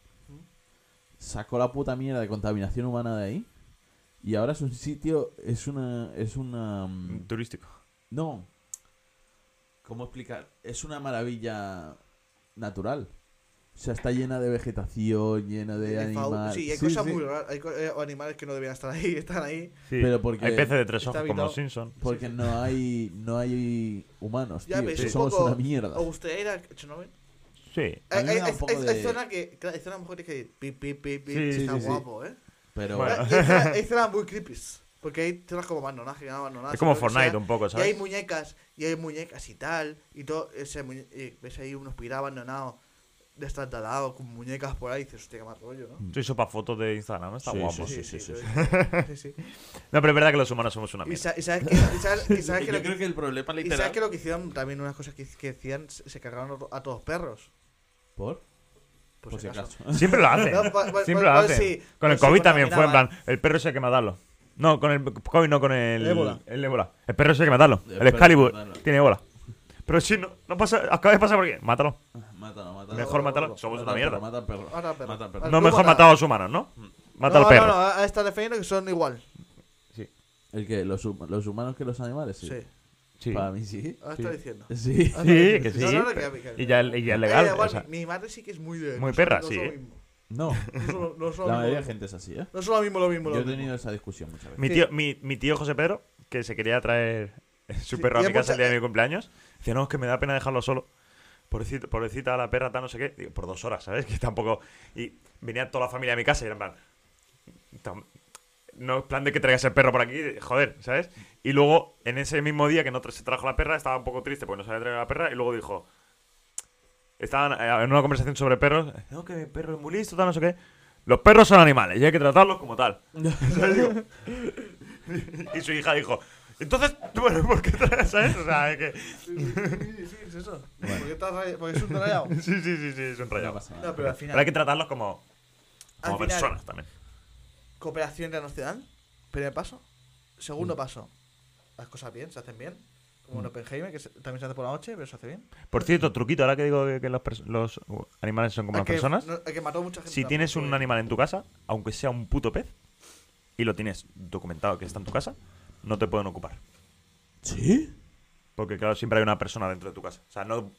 S1: sacó la puta mierda de contaminación humana de ahí y ahora es un sitio es una es una mm,
S2: Turístico.
S1: no cómo explicar es una maravilla natural o sea está llena de vegetación llena de,
S3: De fauna-
S1: animales
S3: Sí, hay cosas muy raras. Hay co- eh, o animales que no debían estar ahí, [laughs] están ahí.
S1: Pero porque-
S2: Hay peces de tres
S3: Está
S2: ojos como
S3: habitado.
S2: los Simpson.
S1: porque no hay no hay humanos
S3: Ya
S1: tío,
S3: ves,
S1: que
S3: un
S1: somos
S3: poco.
S1: una mierda
S3: ¿O usted era Chernobyl?
S2: Sí.
S1: A mí
S3: Hay,
S1: me
S3: hay,
S1: da un
S3: hay-
S1: poco
S3: hay- hay
S1: de-
S3: zona que. claro, hay zona mejor que hay pi, pi, pi, pi,
S2: Sí,
S3: está
S1: sí, sí.
S3: guapo, ¿eh?
S1: pero
S2: Bueno.
S3: Hay
S2: [laughs]
S3: zonas- hay zonas muy creepy. Porque hay zonas como abandonadas, que no abandonadas.
S2: Es como
S3: o lo que
S2: Fortnite
S3: sea,
S2: un poco,
S3: Y hay
S2: ¿sabes?
S3: muñecas, y hay muñecas y tal, y todo. Ese muñe- eh, ves ahí unos piratas abandonados, destratados, con muñecas por ahí, y dices, hostia, qué mal rollo, ¿no?
S2: Tú hizo para fotos de Instagram, está
S1: Sí,
S2: guapo.
S1: sí, sí,
S3: pero-
S2: [laughs]
S3: sí, sí.
S2: No, pero es verdad que los humanos somos una
S3: Y
S2: mierda.
S3: sa- y sabes que, y sabes- y
S1: [laughs]
S3: sabes que
S1: yo
S3: lo
S1: creo que el problema
S3: Y sabes
S1: literal
S3: que lo que hicieron también, unas cosas que, que hacían, se se cargaron a to- a todos los perros.
S1: por Pues
S3: Por, si acaso. [laughs]
S2: Siempre lo hacen.
S3: No, pa- pa-
S2: Siempre
S3: pa-
S2: lo
S3: pa-
S2: hacen.
S3: sí,
S2: con
S3: pues
S2: el
S3: se
S2: COVID también fue en
S3: contaminaban.
S2: plan, el perro se que matarlo. No, con el COVID no, con el...
S3: Ébola.
S2: El ébola. El perro se que matarlo.
S1: El
S2: El,
S1: perro
S2: Excalibur
S1: matarlo.
S2: tiene ébola. Pero sí, no, no pasa... Acaba de pasar por aquí. Mátalo.
S1: mátalo mátalo
S2: Mejor
S3: no,
S2: mátalo.
S3: no,
S2: Somos
S1: Mata
S2: una
S1: al perro,
S2: mierda.
S1: mata al perro
S3: Mata al perro.
S1: mata al perro
S2: No,
S3: Tú
S2: mejor
S3: mata-
S2: matar a los humanos, ¿no? Mata al
S3: no,
S2: perro.
S3: No, no, a- está defendiendo que son igual.
S1: ¿El que ¿Los, hum- los humanos que los animales? Sí.
S3: Sí,
S2: Sí.
S1: Para mí sí.
S3: ahora está diciendo.
S1: Sí.
S3: [laughs] Ahora está
S2: Sí,
S3: diciendo.
S2: que sí.
S3: No, no, no,
S2: pero-
S3: que- que-
S2: y, ya, y ya es
S3: Eh,
S2: legal.
S3: da igual,
S2: o sea,
S3: mi, mi madre sí que es muy de.
S2: Muy
S3: no
S2: perra,
S3: son-
S2: sí,
S3: No
S2: eh.
S3: son lo mismo.
S1: [laughs]
S3: [laughs]
S1: No.
S3: No son- no son
S1: La
S3: lo
S1: mayoría de
S3: mismo.
S1: gente es así, ¿eh?
S3: No son lo mismo, lo mismo.
S1: Yo
S3: lo
S1: he
S3: mismo.
S1: tenido esa discusión muchas veces.
S2: mi, tío, mi, mi tío José Pedro, que se quería traer su
S3: Sí,
S2: perro a
S3: y
S2: mi
S3: hay
S2: casa el
S3: mucha-
S2: día de mi cumpleaños, decía, no, es que me da pena dejarlo solo. pobrecita, pobrecita la perra, tal, no sé qué, digo, por dos horas, ¿sabes? [laughs] Que tampoco. Y venía toda la familia a mi casa y era en plan. tam- No es plan de que traigas el perro por aquí, joder, ¿sabes? Y luego, en ese mismo día que no tra- se trajo la perra, estaba un poco triste porque no se había traído la perra, y luego dijo. Estaban eh, en una conversación sobre perros. No, que mi perro es muy listo, tal, no sé qué. Los perros son animales y hay que tratarlos como
S3: [laughs]
S2: tal. ¿Sabes? Digo, y su hija dijo, entonces, [laughs] bueno, ¿por qué traes a eso? O sea, es que... [laughs]
S3: Sí, sí, sí, es eso. Porque, estás raya- porque es
S2: [laughs]
S3: un rayado.
S2: Sí, sí, sí, sí, es un
S1: No
S2: rayado.
S1: pasa nada.
S3: No,
S2: Pero
S3: pero al
S2: hay
S3: final,
S2: que tratarlos como, como
S3: Al final-
S2: personas también.
S3: cooperación internacional, primer paso.
S2: Mm.
S3: Segundo paso, las cosas bien, se hacen bien. Como en Oppenheimer, que se- también se hace por la noche, pero se hace bien.
S2: Por cierto, truquito, ahora que digo que, que los, pers- los uh, animales son como las
S3: Hay Ah, que-
S2: personas,
S3: no- hay que mató mucha gente.
S2: si
S3: también,
S2: tienes un
S3: porque-
S2: animal en tu casa, aunque sea un puto pez, y lo tienes documentado que está en tu casa, no te pueden ocupar.
S1: ¿Sí?
S2: Porque, claro, siempre hay una persona dentro de tu casa. O sea, no...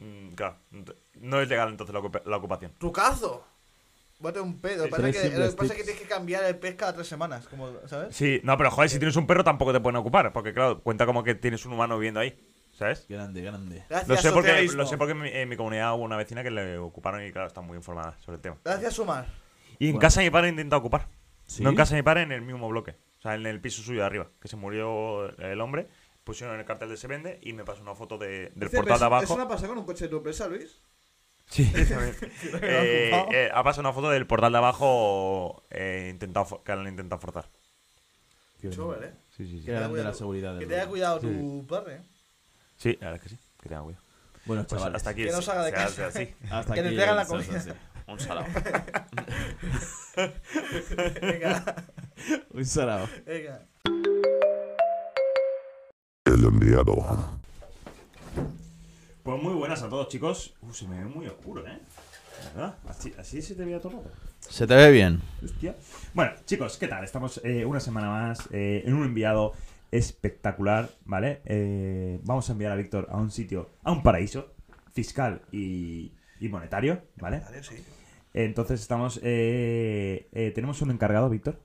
S2: mm, Claro, no te- no es legal entonces la ocupa- la ocupación.
S3: ¡Trucazo! Bate un
S1: Sí,
S3: pedo. Lo que pasa
S1: tres
S3: es que- lo que
S1: simples
S3: pasa es que
S1: tips.
S3: tienes que cambiar el pez cada tres semanas, como, ¿sabes?
S2: Sí, no, pero joder, si tienes un perro tampoco te pueden ocupar, porque claro, cuenta como que tienes un humano viviendo ahí, ¿sabes?
S1: Grande, grande.
S3: Gracias,
S2: Lo sé, porque,
S3: socialismo.
S2: lo sé porque en mi, en mi comunidad hubo una vecina que le ocuparon y claro, está muy informada sobre el tema.
S3: Gracias, Sumar.
S2: Y en
S1: Bueno.
S2: casa de mi padre intenta ocupar.
S1: ¿Sí?
S2: No en casa de mi padre, en el mismo bloque. O sea, en el piso suyo de arriba, que se murió el hombre, pusieron el cartel de se vende y me pasó una foto de- del portal de abajo.
S3: ¿Eso no ha pasado con un coche de tu empresa, Luis?
S2: Sí, también. Eh,
S3: ocupado.
S2: eh, ha pasado una foto del portal de abajo eh, intentado, fo- que han intentado forzar.
S1: Qué
S3: Chaval, eh.
S2: Sí, sí,
S1: Qué
S2: sí.
S1: grande la
S3: cuidado.
S1: seguridad. del
S3: Que te haya
S1: lugar.
S3: cuidado
S1: Sí.
S3: tu padre. ¿eh?
S2: Sí, la verdad es que sí. Que tenga cuidado.
S1: Bueno,
S2: Pues
S1: chavales,
S2: hasta aquí.
S3: Que no
S2: se-
S3: salga de
S2: se
S3: casa.
S2: hace así.
S1: hasta
S3: que le
S1: aquí
S3: traigan la
S1: el salsa,
S3: comida.
S1: sí. Un salado.
S3: Venga,
S1: [laughs] Un salado.
S3: venga.
S4: El enviado.
S2: Pues muy buenas a todos, chicos. Uh, se me ve muy oscuro, ¿eh? ¿Verdad? Así, así se te veía todo.
S1: Se te ve bien.
S2: Hostia. Bueno, chicos, ¿qué tal? Estamos eh, una semana más eh, en un enviado espectacular, ¿vale? Eh, vamos a enviar a Víctor a un sitio, a un paraíso fiscal y, y monetario, ¿vale?
S3: Adiós, sí.
S2: Entonces estamos... eh, eh, tenemos un encargado, Víctor,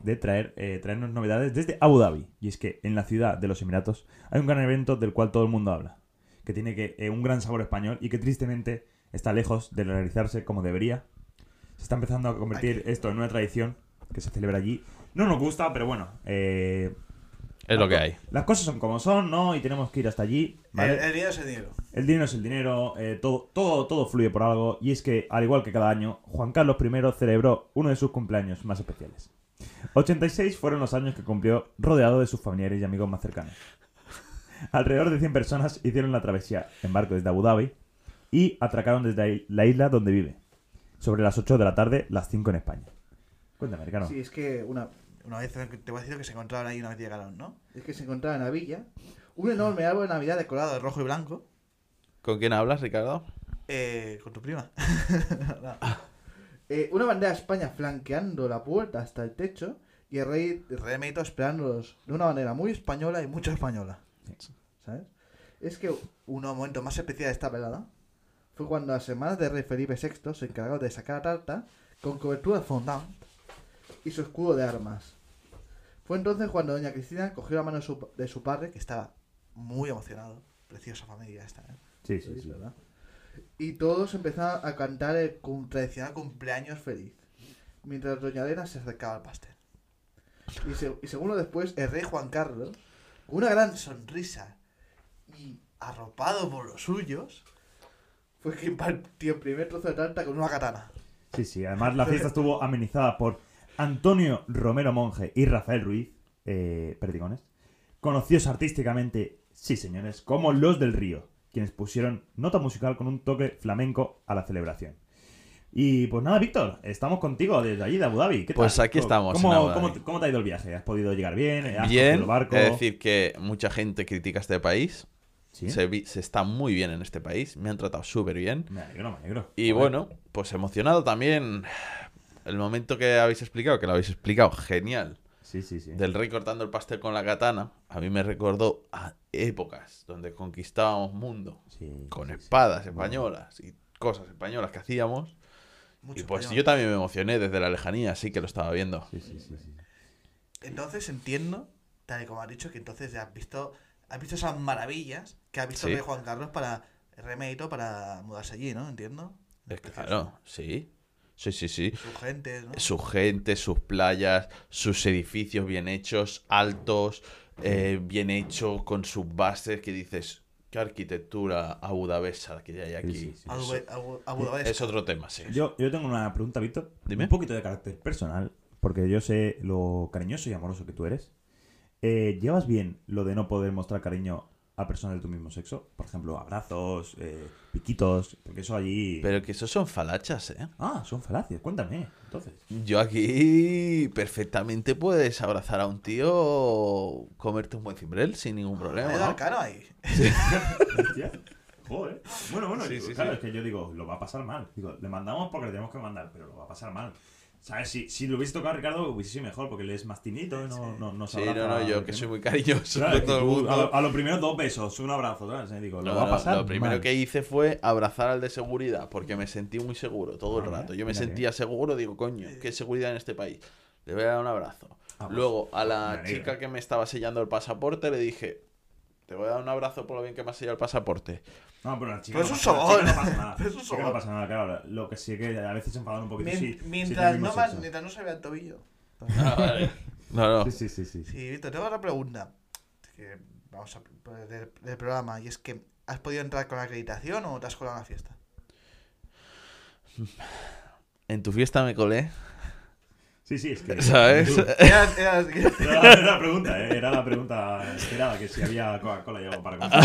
S2: de traer, eh, traernos novedades desde Abu Dhabi. Y es que en la ciudad de los Emiratos hay un gran evento del cual todo el mundo habla, que tiene que, eh, un gran sabor español y que tristemente está lejos de realizarse como debería. Se está empezando a convertir esto en una tradición que se celebra allí. No nos gusta, pero bueno. eh,
S1: Es lo que hay.
S2: las cosas son como son, ¿no? Y tenemos que ir hasta allí. ¿vale?
S3: El, el dinero es el dinero.
S2: El dinero es el dinero, eh, todo, todo, todo fluye por algo, y es que, al igual que cada año, Juan Carlos I celebró uno de sus cumpleaños más especiales. 86 fueron los años que cumplió rodeado de sus familiares y amigos más cercanos. Alrededor de 100 personas hicieron la travesía en barco desde Abu Dhabi y atracaron desde ahí- la isla donde vive, sobre las 8 de la tarde, las 5 en España. Cuéntame,
S5: Ah.
S2: Ricardo.
S6: Sí, es que una,
S3: Una vez te voy a decir que se encontraban ahí una vez llegaron, ¿no?
S6: es que se encontraba en la villa un enorme árbol de Navidad decorado.
S3: Colado de rojo y blanco.
S5: ¿Con quién hablas, Ricardo?
S3: Eh, con tu
S6: [laughs]
S3: prima.
S6: Eh, una bandera de España flanqueando la puerta hasta el techo y el rey
S3: Remito
S6: esperándolos de una manera muy
S3: española y mucho española.
S6: ¿sabes? Es que
S3: Uno momento más especial de esta velada.
S6: fue cuando a semanas de rey Felipe VI se encargó de sacar a tarta con cobertura fondant y su escudo de armas. Fue entonces cuando doña Cristina cogió la mano de su, de su padre,
S3: que estaba muy emocionado. Preciosa familia esta, ¿eh?
S2: Sí,
S6: Sí, es verdad. Y todos empezaron a cantar el cum-
S3: Tradicional cumpleaños feliz.
S6: mientras Doña Elena se acercaba al pastel. Y, se- y segundo después,
S3: El rey Juan Carlos,
S6: con una gran so-
S3: sonrisa y arropado por los suyos,
S6: fue que impartió el primer trozo de tarta con
S3: con
S6: una
S3: una katana.
S2: Sí, sí, además la fiesta estuvo amenizada por Antonio Romero Monge y Rafael Ruiz, eh, Perdigones, conocidos artísticamente, sí señores, como Los del Río, quienes pusieron nota musical con un toque flamenco a la celebración. Y pues nada, Víctor, estamos contigo desde allí de Abu Dhabi. ¿Qué tal?
S5: Pues aquí
S2: ¿Cómo-
S5: estamos, en Abu
S2: ¿Cómo,
S5: Dhabi.
S2: cómo te- cómo te ha ido el viaje? ¿Has podido llegar bien? ¿Has cogido
S5: Bien,
S2: el barco?
S5: es decir que mucha gente critica este país.
S2: ¿Sí?
S5: Se, vi- se está muy bien en este país, me han tratado súper bien.
S2: Me alegro, me alegro.
S5: Y
S2: Joder.
S5: bueno, pues emocionado también. El momento que habéis explicado, que lo habéis explicado, genial.
S2: Sí, sí, sí.
S5: Del rey cortando el pastel con la katana, a mí me recordó a épocas donde conquistábamos mundo
S2: Sí,
S5: con
S2: sí, sí.
S5: espadas españolas y cosas españolas que hacíamos.
S3: Mucho
S5: Y pues
S3: español.
S5: yo también me emocioné desde la lejanía, así que lo estaba viendo.
S2: Sí, sí, sí, sí.
S3: Entonces entiendo, tal y como has dicho, que entonces has visto, has visto esas maravillas que ha visto el
S5: Sí.
S3: rey Juan Carlos para remedio para mudarse allí, ¿no? Entiendo.
S5: Es claro, sí. Sí, sí, sí.
S3: Su gente, ¿no?
S5: Su gente, sus playas, sus edificios bien hechos, altos, eh, bien hechos, con sus bases que dices, qué arquitectura abudavesa que hay aquí.
S7: sí, sí.
S3: Algo- algo- algo de
S5: Es
S3: eso.
S5: otro tema, sí.
S2: Yo, yo tengo una pregunta, Víctor.
S5: Dime.
S2: Un poquito de carácter personal, porque yo sé lo cariñoso y amoroso que tú eres. Eh, ¿Llevas bien lo de no poder mostrar cariño a personas de tu mismo sexo? Por ejemplo, abrazos, eh, piquitos, porque eso allí...
S5: Pero que esos son falachas, ¿eh?
S2: Ah, son falacias, cuéntame,
S5: [laughs]
S2: entonces.
S5: Yo aquí perfectamente puedes abrazar a un tío o comerte un buen cimbrel sin
S2: Ah,
S5: ningún problema.
S3: Hay
S5: ¿no?
S3: arcano ahí.
S2: Hostia. Joder. Bueno, bueno,
S5: Sí, sí,
S2: claro,
S5: sí.
S2: es que yo digo, lo va a pasar mal. Digo, le mandamos porque le tenemos que mandar, pero lo va a pasar mal. ¿Sabes? Si, si lo hubiese tocado a Ricardo, hubiese sido mejor, porque él es más tinito y no, no, no se
S5: Sí, no,
S2: abraza
S5: no, yo
S2: de
S5: que
S2: no.
S5: soy muy cariñoso
S2: Claro,
S5: con todo el
S2: tú,
S5: mundo.
S2: A, lo, a lo primero dos besos, un abrazo, ¿sabes? Y Digo, lo
S5: No,
S2: va a
S5: no,
S2: pasar
S5: lo primero
S2: mal.
S5: que hice fue abrazar al de seguridad, porque me sentí muy seguro todo el
S2: Ah,
S5: rato. Yo me
S2: mira
S5: sentía seguro, digo, coño,
S2: Eh.
S5: qué seguridad en este país. Le voy a dar un abrazo.
S2: Ah, pues,
S5: Luego, a
S2: me
S5: la
S2: alegro.
S5: chica que me estaba sellando el pasaporte, le dije, te voy a dar un abrazo por lo bien que me has sellado el pasaporte.
S2: No, pero la chica
S3: Pero
S2: no
S3: es
S2: pasa-
S3: un
S2: la chica
S3: sobón.
S2: no pasa nada.
S3: Es un
S2: La chica
S3: sobón.
S2: no pasa nada, claro. Lo que sí que a veces se enfadan un poquito.
S3: Mien-
S2: sí, sí,
S3: mientras,
S2: tiene el
S3: no
S2: mismo
S3: ma-
S2: sexo.
S3: mientras no se vea el tobillo.
S5: Ah, vale. [laughs] No, no.
S2: Sí, sí, sí, sí.
S3: Sí, Víctor, tengo otra pregunta. Que vamos a pues, del, del programa. Y es que, ¿has podido entrar con acreditación o te has colado en la fiesta?
S2: [laughs]
S5: En tu fiesta me colé,
S2: Sí, sí, es que...
S5: [laughs] ¿sabes?
S2: Tú.
S3: Era- era-
S2: Era la, era la pregunta, ¿eh? Era la pregunta esperada, que si había Coca-Cola y algo para [laughs]
S5: [laughs]
S2: comprar.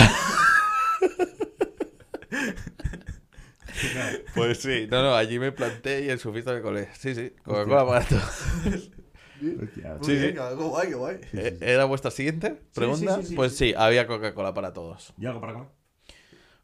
S5: Pues sí, no, no, allí me planté y en su fiesta me colé. Sí, sí, Coca-Cola para todo.
S2: Hostia.
S3: Muy bien, cabrón, qué guay, qué guay.
S5: Eh, ¿Era vuestra siguiente pregunta?
S2: sí, sí, sí,
S5: pues
S2: sí.
S5: sí, había Coca-Cola para todos.
S2: ¿Y algo para comer?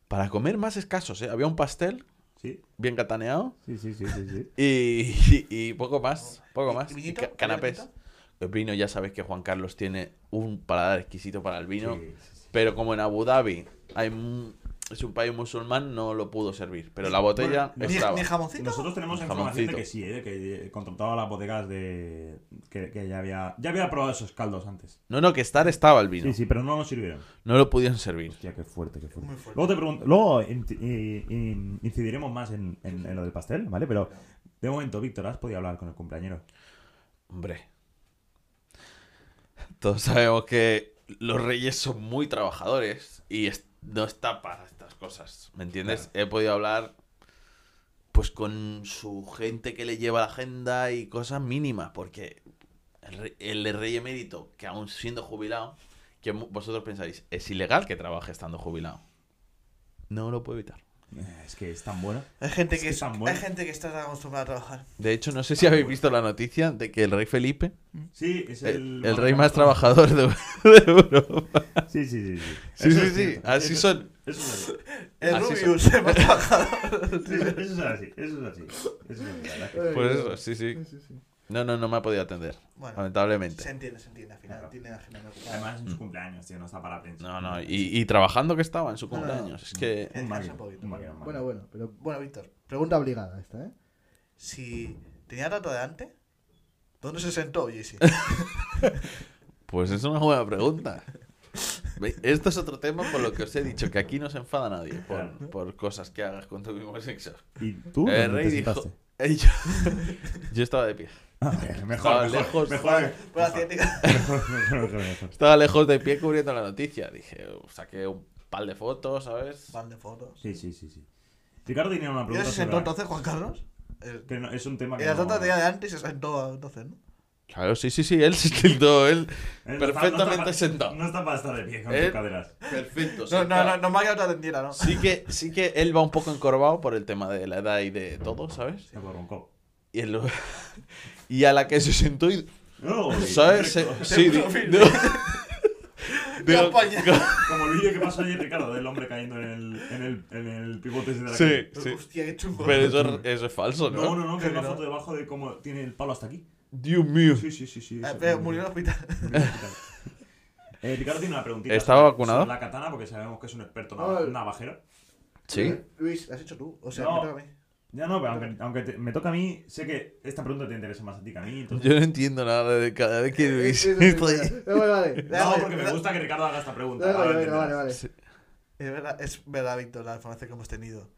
S5: Para comer más escasos, ¿eh? Había un pastel
S2: Sí,
S5: bien cataneado
S2: sí, sí, sí, sí. sí.
S5: y, y poco más, poco
S3: ¿Y-
S5: más.
S3: y
S5: Y
S3: vinito?
S5: ca-
S3: ¿Había
S5: canapés.
S3: vinito?
S5: El vino, ya sabéis que Juan Carlos tiene un paladar exquisito para el vino,
S2: Sí, sí, sí.
S5: pero como en Abu Dhabi hay mu- es un país musulmán, no lo pudo servir, pero la botella
S2: Bueno,
S3: Ni-
S5: estaba.
S3: ¿Ni jamoncito?
S2: Nosotros tenemos
S5: Un
S2: información de
S5: jamoncito.
S2: que sí, ¿eh? que contrataba las bodegas de. que, que ya había. Ya había probado esos caldos antes.
S5: No, no, que estar estaba el vino,
S2: Sí, sí, pero no nos sirvieron.
S5: no lo pudieron servir.
S2: Hostia, qué fuerte, qué fuerte.
S3: Muy fuerte.
S2: Luego te pregunto, luego inti- eh, eh, incidiremos más en, en- en lo del pastel, ¿vale? Pero de momento, Víctor, has podido hablar con el cumpleañero.
S5: Hombre. Todos sabemos que los reyes son muy trabajadores y es- no está para estas cosas. ¿Me entiendes? He podido hablar pues con su gente que le lleva la agenda y cosas mínimas, porque el, re- el de rey emérito, que aún siendo jubilado, que mu- vosotros pensáis, es ilegal que trabaje estando jubilado. No lo puedo evitar.
S2: Eh, Es que es tan bueno.
S3: Hay gente
S2: Es
S3: que,
S2: que
S3: es,
S2: tan bueno.
S3: hay gente que está tan acostumbrada a trabajar.
S5: De hecho, no sé si habéis visto la noticia de que el rey Felipe, eh,
S2: Sí, es el.
S5: el, el rey más trabajador de, de [laughs] Europa,
S2: Sí, sí, sí. sí.
S5: Sí,
S2: Eso
S5: sí,
S2: es
S5: sí.
S2: cierto.
S5: Así
S2: Eso-
S5: son.
S2: Eso es
S5: [laughs]
S2: así.
S3: El
S5: Así son.
S3: Rubius, hemos trabajado.
S2: Sí, Eso es así. Eso es así. Eso es así, la verdad que-
S5: Pues eso, sí, sí. No, no, no me ha podido atender.
S2: Ah,
S3: Bueno, se
S5: Lamentablemente.
S3: entiende, se entiende al final. Tiene la agenda muy ocupada.
S2: Además, en su cumpleaños, tío, no está para prensa.
S5: Mm. No, no. Y, y trabajando que estaba en su
S2: Ah.
S6: No, no, no.
S5: cumpleaños. Es que.
S2: Un
S3: Descansa
S2: máquina,
S3: un poquito.
S2: un máquina, un
S6: Bueno,
S2: máquina.
S6: bueno, pero
S3: Bueno, Víctor,
S6: pregunta obligada esta, ¿eh?
S3: si tenía trato de antes, ¿dónde se
S2: [laughs]
S3: sentó Jesse?
S5: Pues es una buena pregunta. Ve, Esto es otro tema por lo que os he dicho, que aquí no se enfada nadie por, por cosas que hagas con tu mismo sexo.
S2: ¿Y tú? ¿Dónde
S5: El rey
S2: te
S5: dijo.
S2: sentaste?
S5: Eh, yo, yo [laughs] estaba de pie.
S2: Ah,
S5: [laughs]
S2: mejor,
S5: Estaba
S2: mejor,
S5: lejos.
S2: mejor,
S3: Por accidente.
S2: mejor, mejor, mejor, mejor.
S5: Estaba lejos de pie cubriendo la noticia. Dije, saqué un par de fotos, ¿sabes?
S3: Van de fotos.
S2: Sí, sí, sí, sí. Ricardo tenía una
S3: ¿Y dónde
S2: pregunta.
S3: se sentó
S2: sobre la-
S3: entonces Juan Carlos? El-
S2: Que no- es un tema que
S3: Era
S2: no- Eh,
S3: trato de antes y se sentó entonces, ¿no?
S5: Claro, sí, sí, sí. Él se [laughs] tildó, él.
S2: Eh, no está-
S5: Perfectamente
S2: no está pa-
S5: sentado.
S2: No está para estar de pie con
S5: ¿Eh?
S2: tus caderas.
S5: Perfecto.
S3: No, no,
S5: sentado.
S3: no, no me ha quedado otra tendiera, ¿no?
S5: Sí que, sí que él va un poco encorvado por el tema de la edad y de todo, ¿sabes?
S2: Se corroncó.
S5: Y, él lo- [laughs] y a la que se sentó y...
S2: No, y-
S5: Pues ¿Sabes? Se-
S2: Rico.
S5: [laughs] sí, di- digo- digo-
S3: Campaña.
S2: Como el vídeo que pasó ayer, Ricardo, del hombre cayendo en el, en el, en el pivote ese de la
S5: sí,
S2: calle.
S5: sí.
S3: [laughs] Hostia, qué chungo.
S5: Pero eso, es- eso es falso, ¿no?
S2: No, no, no, que hay una foto debajo de cómo tiene el palo hasta aquí.
S5: Dios mío.
S2: Sí, sí, sí, sí.
S3: Eh,
S2: eso-
S3: pero murió en el hospital. [laughs]
S2: Eh, Ricardo tiene una preguntita.
S5: ¿Estaba
S2: sobre-
S5: vacunado?
S2: sobre La katana, porque sabemos que es un experto nav-
S6: No.
S2: navajero.
S5: Sí.
S6: Luis, ¿has hecho
S3: Hecho tú, o sea,
S2: No.
S3: me toca a mí.
S2: Ya no, pero aunque, aunque te- me toca a mí, sé que esta pregunta te interesa más a ti que a mí. Entonces...
S5: Yo no entiendo nada de cada vez que Luis...
S6: Eh, eh, eh, eh, Vale, vale.
S2: No, porque me gusta que Ricardo haga esta pregunta.
S6: Vale,
S2: ahora lo
S6: vale, vale,
S2: entenderás.
S6: vale.
S3: Es verdad, es verdad, Víctor, la información que hemos tenido.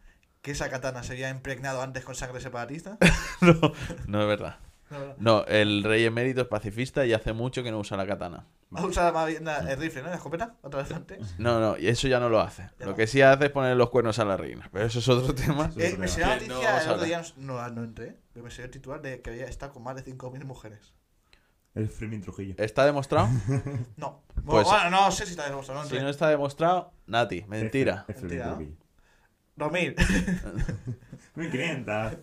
S3: ¿Que esa katana se había impregnado antes con
S2: [laughs]
S3: sangre separatista?
S5: No, [laughs] no es verdad.
S3: No, ¿verdad?
S5: No, el rey emérito es pacifista y hace mucho que no usa la katana.
S3: ¿Ha usado más bien la- el rifle, no? ¿La escopeta? ¿Otra vez antes?
S5: No, no, y eso ya no lo hace.
S3: Ya
S5: Lo
S3: no.
S5: que sí hace es poner los cuernos a la reina. Pero eso es otro [laughs] tema.
S2: Sí.
S3: Eh, me salió la
S5: Sí, no
S3: noticia
S5: vamos
S3: el
S5: a
S3: otro día, no, no entré, pero me salió el titular de que había estado con más de 5.000 mujeres.
S2: El Fleming Trujillo.
S5: ¿Está demostrado?
S3: No.
S5: Pues-
S3: Bueno, bueno, no sé si está demostrado, no
S5: Si
S3: entré.
S5: no está demostrado, Nati,
S2: [laughs]
S5: mentira.
S2: Es Fleming
S3: Mentira.
S2: Trujillo.
S5: [laughs]
S3: 2.000.
S2: 1500.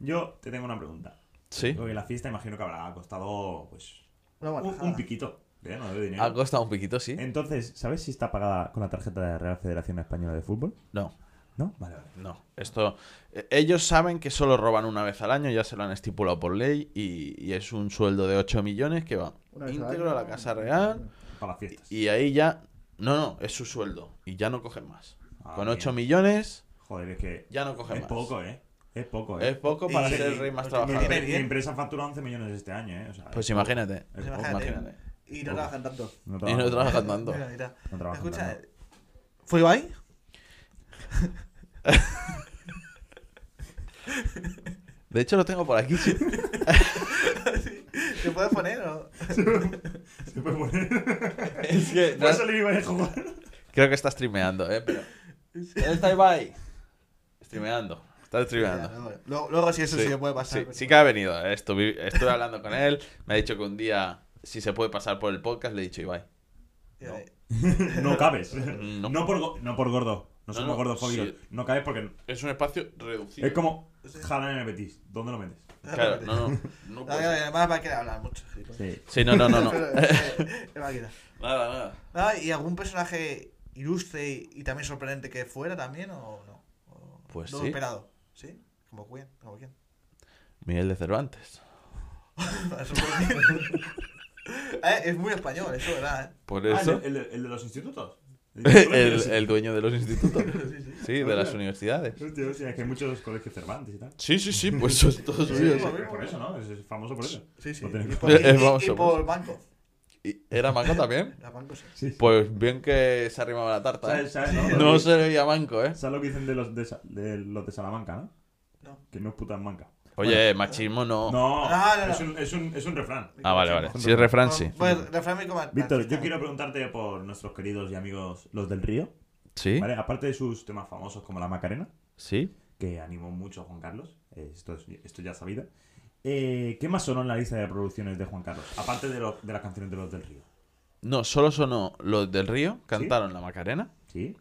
S2: Yo te tengo una pregunta.
S5: Sí.
S2: Porque la fiesta imagino que habrá costado, pues,
S6: Una
S2: un,
S6: buena
S2: un piquito. ¿eh? No de dinero.
S5: Ha costado un piquito, sí.
S2: Entonces, ¿sabes si está pagada con la tarjeta de la Real Federación Española de Fútbol?
S5: No,
S2: ¿No? Vale, vale.
S5: no. Esto. eh, Ellos saben que solo roban una vez al año, ya se lo han estipulado por ley. Y, y es un sueldo de 8 millones que va
S6: Una ¿eh? vez al
S5: íntegro a la
S6: año.
S5: Casa Real.
S2: Para las fiestas.
S5: Y ahí ya. No, no, es su sueldo. Y ya no cogen más.
S2: Ah,
S5: Con
S2: bien.
S5: 8 millones,
S2: Joder, es que
S5: ya no cogen
S2: es
S5: más.
S2: poco, ¿eh? Es poco, ¿eh?
S5: Es poco para
S3: Y-
S5: ser el rey más
S3: y-
S2: Mi,
S5: trabajador.
S2: mi-
S3: Pues bien.
S2: mi empresa factura 11 millones este año, ¿eh? O sea,
S5: Pues
S2: es poco.
S5: imagínate.
S2: Es poco.
S3: Imagínate.
S5: Imagínate.
S6: Y no trabajan tanto.
S2: No
S5: Y no
S2: trabajan
S5: trabajan tanto.
S3: Mira, mira.
S2: tanto, no trabajan
S3: Escucha,
S2: tanto.
S3: eh, ¿fue Ibai?
S5: [laughs] De hecho, lo tengo por aquí. [laughs] sí.
S3: ¿Te puedes poner o...? eh,
S2: [laughs] Se puede
S5: [laughs]
S2: poner.
S5: Es que.
S2: Va a Pues salir Ibai a jugar.
S3: [laughs]
S5: Creo que está streameando, eh, pero. ¿Dónde está Ibai? Streameando. Está streameando.
S3: Luego, luego si eso sí, que puede pasar.
S5: sí,
S3: pero-
S5: sí que ha venido. eh, Estuve, estuve hablando con él. Me ha dicho que un día, si se puede pasar por el podcast, le he dicho Ibai.
S3: Ya,
S5: no.
S3: eh,
S2: No cabes.
S5: No.
S2: No, por, go- no por gordo. No somos
S5: no,
S2: gordos
S5: sí.
S2: No cabes porque.
S5: Es un espacio reducido.
S2: Es como jalan en el Betis. ¿Dónde lo metes?
S5: Claro, no, no. no
S3: Ah, [laughs]
S5: puede
S3: ya,
S5: ser.
S3: Además va a querer hablar mucho. sí, [laughs] pues.
S2: Sí.
S5: Sí, no, no, no. no.
S3: Pero, eh, eh, va a quedar.
S5: Nada, nada.
S3: Ah, ¿Y algún personaje ilustre y, y también sorprendente que fuera también o no? O-
S5: Pues
S3: no
S5: sí.
S3: esperado, ¿sí? Como quién, como [laughs] quién.
S5: Miguel de Cervantes.
S3: Eso fue- [laughs] Eh, es muy español, eso, ¿verdad? eh?
S5: Por
S2: Ah,
S5: eso.
S2: el, de- el de los
S5: [laughs]
S2: institutos.
S5: El, el dueño de los institutos. Sí, de las
S2: Hostia.
S5: universidades.
S2: Hostia, hostia, es que hay muchos colegios Cervantes y tal.
S5: Sí, sí, sí, pues son todos
S2: Sí,
S5: suyos.
S2: sí, por eso, ¿no? Es- Es famoso por eso.
S3: Sí, sí.
S2: Lo tenemos.
S3: Y por,
S5: Eh,
S3: y-
S5: eh,
S3: y-
S5: vamos,
S3: y
S5: vamos.
S3: por banco.
S5: ¿Y ¿Era manco también?
S3: La banco sí.
S2: Sí.
S5: Pues bien que se arrimaba la tarta. ¿eh?
S2: ¿Sabes, sabes, no?
S5: No se veía manco, ¿eh?
S2: ¿Sabes lo que dicen de los de, Sa- de los de Salamanca, no?
S3: No.
S2: Que no es puta en manca.
S5: Oye, machismo no.
S2: No,
S3: Ah, no, no.
S2: Es, un, es, un, es un refrán.
S5: Ah, vale, vale.
S2: Sí,
S5: Si es refrán,
S3: Bueno,
S5: sí.
S3: Pues, refrán mi comandante.
S2: Víctor, yo quiero preguntarte por nuestros queridos y amigos los del río.
S5: Sí,
S2: ¿Vale? Aparte de sus temas famosos como la Macarena,
S5: sí.
S2: que animó mucho a Juan Carlos, eh, esto, es- esto ya sabido. Eh, ¿Qué más sonó en la lista de producciones de Juan Carlos? Aparte de, lo- de las canciones de los del río.
S5: No, solo sonó los del río, cantaron la Macarena,
S2: Sí,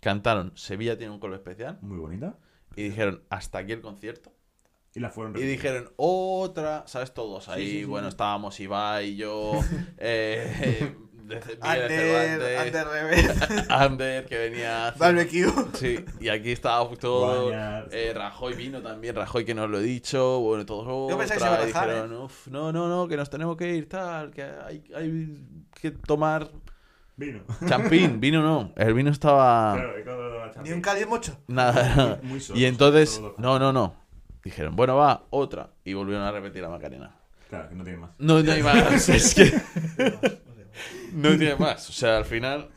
S5: cantaron Sevilla tiene un color especial
S2: muy bonita.
S5: y dijeron hasta aquí el concierto.
S2: Y la fueron
S5: Y dijeron otra, ¿sabes? Todos ahí, bueno, estábamos Ibai, yo, eh, [laughs] de- Miguel
S3: Ander,
S5: Cervantes,
S3: Ander Revés,
S5: [laughs] Ander, que venía. hace-
S3: Barbecue.
S5: Sí, y aquí estábamos todos.
S2: Guañas.
S5: eh, Rajoy vino también, Rajoy que nos lo he dicho. Bueno, todos.
S3: Yo pensé que se
S5: otra,
S3: iba a ¿eh?
S5: y
S3: rajar,
S5: dijeron, "Uf, no, no, no, que nos tenemos que ir, tal, que hay, hay que tomar
S2: Vino.
S3: [laughs]
S5: champín. Vino no, el vino estaba.
S2: Claro, y cuando la
S3: Ni un
S2: champín-
S3: Cali mocho.
S5: Nada. [laughs]
S2: Muy solos,
S5: Ah. y entonces,
S2: todos los-
S5: no, no, no. Dijeron, bueno, va, otra. Y volvieron a repetir la Macarena.
S2: Claro, que no tiene más. [laughs]
S5: No, no hay más. es que. No tiene más. O sea, al final.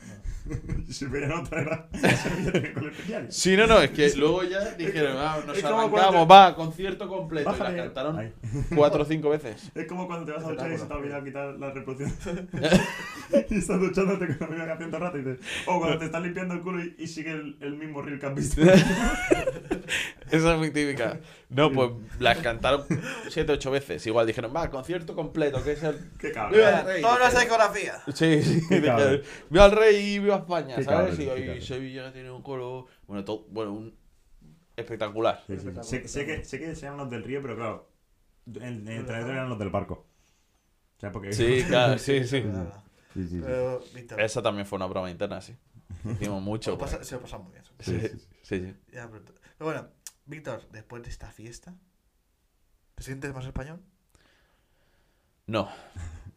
S2: Si hubiera otra era.
S5: [laughs]
S2: Sevilla tiene color especial.
S5: Sí, no, no, es que luego ya dijeron, ah, nos
S2: es como cuando
S5: arrancamos, va, concierto completo. Y
S2: Bájale.
S5: la cantaron
S2: Ahí.
S5: cuatro o cinco veces.
S2: Es como cuando te vas a duchar y se te ha olvidado quitar la reproducción. [laughs] y estás duchándote con la misma canción todo el rato y dices, o cuando te estás limpiando el culo y, y sigue el, el mismo reel que has visto.
S5: [laughs] Esa es muy típica. No, pues las cantaron siete, ocho veces. Igual dijeron, va, concierto completo, que es el.
S2: Qué cabrón.
S5: Viva el
S3: Todas
S5: rey.
S3: las ecografías.
S5: Sí, [laughs] sí,
S2: Qué
S5: dijeron,
S2: cabrón.
S5: viva el rey y viva España,
S2: Qué
S5: ¿sabes?
S2: cabrón,
S5: y
S2: qué
S5: hoy
S2: cabrón.
S5: Sevilla tiene un coro. Bueno, todo, bueno, un espectacular.
S2: Sí, sí, sí. Sé, sé que, sé que se llaman los del río, pero claro, en, en el traidor eran los del barco. O sea, porque... [laughs]
S5: Sí, claro, sí, sí.
S2: Sí, sí, sí.
S3: Pero, Víctor,
S5: Esa también fue una broma interna, sí. Hicimos
S3: se
S5: mucho. pues.
S3: lo pasa- se lo pasan muy bien.
S5: Sí, sí, sí.
S3: Ya, pero, pero bueno, Víctor, después de esta fiesta, ¿te sientes más español?
S5: No.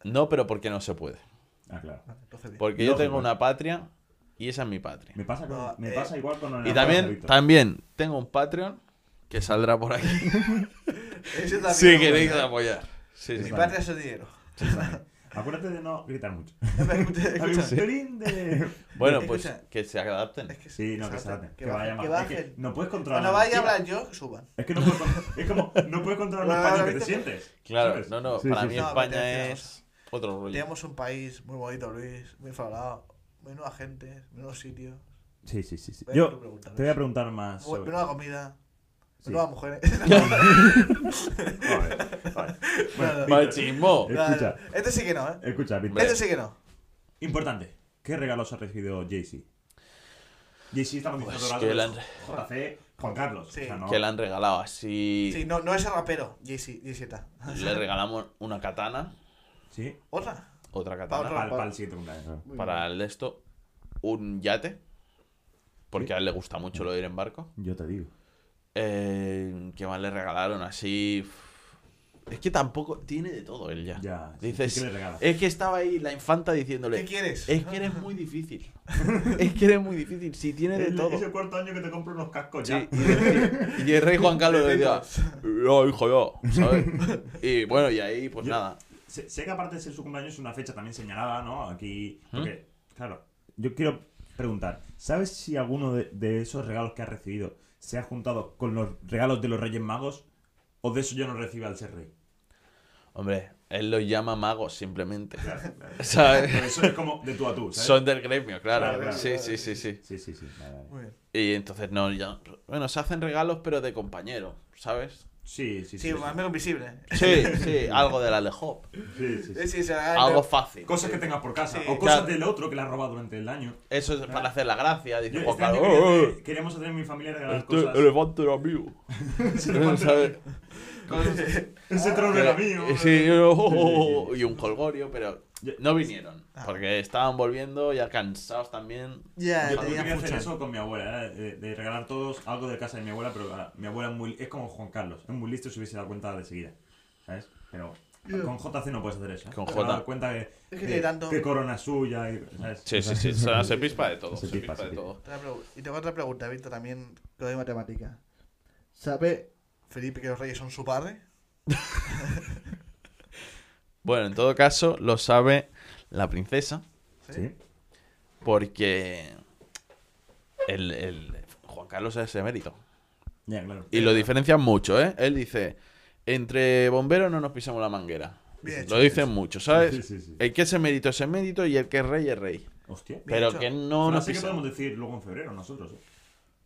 S5: No, pero porque no se puede.
S2: Ah, claro.
S3: Vale, entonces bien.
S5: Porque yo
S2: Lógico.
S5: tengo una patria y esa es mi patria.
S2: Me pasa, con-
S3: No,
S2: me
S3: eh,
S2: pasa igual con...
S5: Y
S2: la de
S5: también,
S2: Víctor.
S5: también tengo un Patreon que saldrá por aquí.
S3: Ese también
S5: [laughs] Si
S3: es
S5: queréis
S3: bueno, ¿eh?
S5: apoyar. Sí,
S3: Mi [laughs]
S5: sí.
S3: patria es el dinero.
S2: Acuérdate de no gritar mucho.
S3: Escucha,
S2: Hay un [laughs]
S3: escucha.
S2: sprint de-
S5: Bueno,
S3: Escucha,
S5: pues que se adapten.
S3: es que
S2: Sí, no, que se
S3: salten,
S2: adapten, que vaya
S3: bajen,
S2: más.
S3: que
S2: Es que
S3: bajen.
S2: no puedes controlar
S3: Cuando
S2: la
S3: vaya a
S2: energía.
S3: hablar yo, que suban.
S2: Es que no puedes, con- es como, no puedes controlar los
S3: Claro,
S2: paños que te
S3: ¿viste?
S2: sientes.
S5: Claro,
S2: ¿sabes?
S5: no, no,
S2: Ah, Sí,
S5: para
S2: sí,
S5: mí
S2: sí.
S3: No, pero te
S5: España
S3: decía,
S5: es otro rollo.
S3: Tenemos un país muy bonito, Luis, muy favorado. Menos gente, menos sitios.
S2: Sí, sí, sí. sí.
S3: Venga, tú
S2: Yo
S3: pregunta,
S2: te voy a preguntar más.
S3: Mu-
S2: sobre-
S3: Menuda comida,
S2: Sí. [laughs]
S3: menuda mujeres.
S2: Vale, vale.
S3: Nada,
S2: Víctor,
S5: Machismo.
S3: nada,
S2: Escucha.
S3: nada. Este sí que no, ¿eh?
S2: Escucha, Víctor.
S3: Este sí que no.
S2: Importante. ¿Qué regalos ha recibido Jay-Z? Jay-Z estamos
S5: Pues
S2: diciendo
S5: que
S2: todo el rato,
S5: le
S2: JC, Juan Carlos.
S3: Sí.
S2: O sea, no.
S5: Que le han regalado así.
S3: Sí, no, no es el rapero, Jay-Z, Jay-Z está.
S5: Le regalamos una katana,
S2: Sí,
S3: ¿Otra?
S5: otra
S3: Pa' otro
S5: katana,
S2: para, para el siguiente cumpleaños.
S5: para el de esto. Un yate, porque
S2: Sí.
S5: a él le gusta mucho lo de ir en barco.
S2: Yo te digo.
S5: Eh, ¿Qué más le regalaron? Así. Es que tampoco tiene de todo él ya.
S2: Ya, sí,
S5: Dices, "Eh,
S2: ¿qué le regalas?
S5: es que estaba ahí la infanta diciéndole.
S3: ¿Qué quieres?
S5: Es que eres muy difícil. [laughs] es que eres muy difícil. Si tiene de
S2: Es
S5: todo.
S2: Es el cuarto año que te compro unos cascos ya.
S5: Sí, y, decía- y el rey Juan Carlos le decía, no, hijo, yo,
S2: [laughs]
S5: ¿sabes? Y bueno, y ahí, pues
S2: Yo-
S5: nada.
S2: Sé, sé que aparte de ser su cumpleaños es una fecha también señalada, ¿no? Aquí.
S5: ¿Mm?
S2: Porque, claro, yo quiero preguntar, ¿sabes si alguno de, de esos regalos que has recibido se ha juntado con los regalos de los Reyes Magos? ¿O de eso yo no recibo al ser rey?
S5: Hombre, él los llama magos simplemente. [laughs] ¿Sabes?
S2: Pero eso es como de tú a tú, ¿sabes?
S5: Son del gremio, claro.
S2: Claro, claro,
S5: sí,
S3: claro,
S5: sí, sí, sí.
S2: Sí, sí, sí. vale, vale.
S3: Muy bien.
S5: Y entonces, no, ya. Bueno, se hacen regalos, pero de compañero, ¿sabes?
S2: Sí, sí, sí.
S3: Sí,
S2: sí.
S3: más menos visible.
S5: Sí, sí, algo del Alejop.
S2: Sí, sí, sí.
S3: Sí, sí, se la-
S5: Algo fácil.
S2: Cosas que tengas por casa.
S3: Sí,
S2: o cosas
S5: claro.
S2: del otro que le has robado durante el año.
S5: Eso es para hacer la gracia.
S2: Yo
S5: Dice Juan
S2: este año
S5: Carlos,
S2: quería-
S5: "Eh,
S2: queríamos hacer en mi familia regalar
S5: este
S2: cosas. [laughs]
S5: elefante era mío. [laughs] ¿Sabes?
S2: Ese trono era mío.
S5: eh, Sí, yo- oh, y un colgorio, pero no vinieron.
S3: Ah.
S5: Porque estaban volviendo ya cansados también.
S3: [laughs] Ya,
S2: Yo, yo
S3: tenía
S2: quería hacer
S3: fucha.
S2: eso con mi abuela, eh, de, de regalar todos algo de casa de mi abuela, pero ah, mi abuela es, muy, es como Juan Carlos, es muy listo y se hubiese dado cuenta de seguida, ¿sabes? Pero con JC no puedes hacer eso. ¿eh?
S5: Con
S2: Te
S5: J.
S2: vas a dar cuenta que,
S3: que tiene tanto-
S2: que corona es suya, y, ¿sabes?
S5: Sí, sí, sí. Se, se pispa de todo.
S2: Se
S5: Se,
S2: pispa,
S5: pispa,
S2: se
S5: de
S2: pispa.
S5: todo.
S3: Otra pregu- Y tengo otra pregunta, Víctor, también que lo de matemáticas.
S6: Matemática. ¿Sabe?
S3: Felipe que los reyes son su padre.
S5: Bueno, en todo caso, lo sabe la princesa.
S2: Sí.
S5: Porque el, el- Juan Carlos es emérito.
S2: Ya, claro.
S5: Y lo diferencian mucho, ¿eh? Él dice: entre bomberos no nos pisamos la manguera.
S3: Bien hecho,
S5: lo dicen mucho, ¿sabes?
S2: Sí, sí, sí.
S5: El que es emérito es emérito y el que es rey es rey.
S2: Hostia.
S3: Bien
S5: Pero
S3: hecho.
S5: que no nos
S2: Frase que
S5: pisamos.
S2: podemos decir luego en febrero nosotros, ¿eh?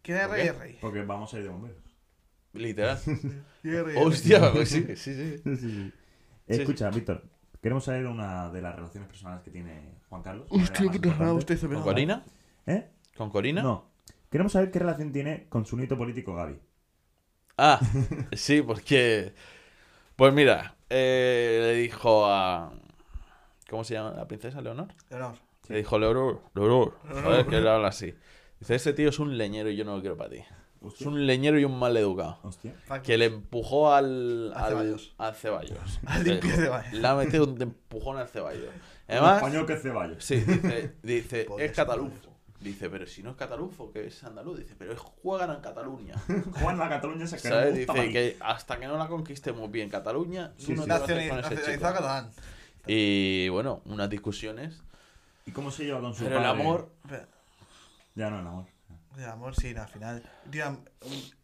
S3: ¿Quién es
S5: ¿Por
S3: rey?
S5: qué?
S3: Es rey.
S2: porque vamos a ir de bomberos.
S5: Literal.
S3: ¿Quién es rey? es rey.
S5: [laughs] Hostia, pues sí, sí, sí.
S2: Escucha, Víctor, queremos saber una de las relaciones personales que tiene Juan Carlos. una de las más importantes.
S3: este,
S5: ¿Con Corina?
S2: ¿Eh?
S5: ¿Con Corina?
S2: No. Queremos saber qué relación tiene con su nieto político Gaby.
S5: Ah, sí, porque. Pues mira, eh, le dijo a. ¿Cómo se llama la princesa Leonor?
S3: Leonor.
S5: Le dijo Leonor, Leonor. Joder, que él habla así. Dice: Este tío es un leñero y yo no lo quiero para ti. Es un leñero y un mal educado.
S2: Hostia.
S3: Fuck.
S5: Que le empujó al.
S3: A
S5: al-
S3: Ceballos.
S5: Al Ceballos.
S3: Al limpia Ceballos.
S5: Le ha metido un empujón al [laughs] Ceballos.
S2: Un
S5: Además.
S2: español que es
S5: [laughs]
S2: Ceballos.
S5: Sí, dice, [laughs] dice
S3: Podría
S5: es
S3: ser
S5: catalufo. Dice, pero si no es catalufo, que es andaluz. Dice, pero es- juegan en Cataluña.
S2: Juan la Cataluña se quedó
S5: ¿Sabes?
S2: en
S5: Dice
S2: Tamariz.
S5: que hasta que no la conquistemos bien Cataluña, tú
S2: Sí,
S5: no
S2: sí.
S5: te vas a hacer
S3: Nacional-
S5: con ese
S3: Nacionalizado
S5: chico.
S3: catalán.
S5: Y bueno, unas discusiones.
S2: ¿Y cómo se lleva con su
S5: Pero el
S2: padre?
S5: amor.
S3: Espera,
S2: Ya no, el amor.
S3: El amor, sí, no, al final. Tío, mm,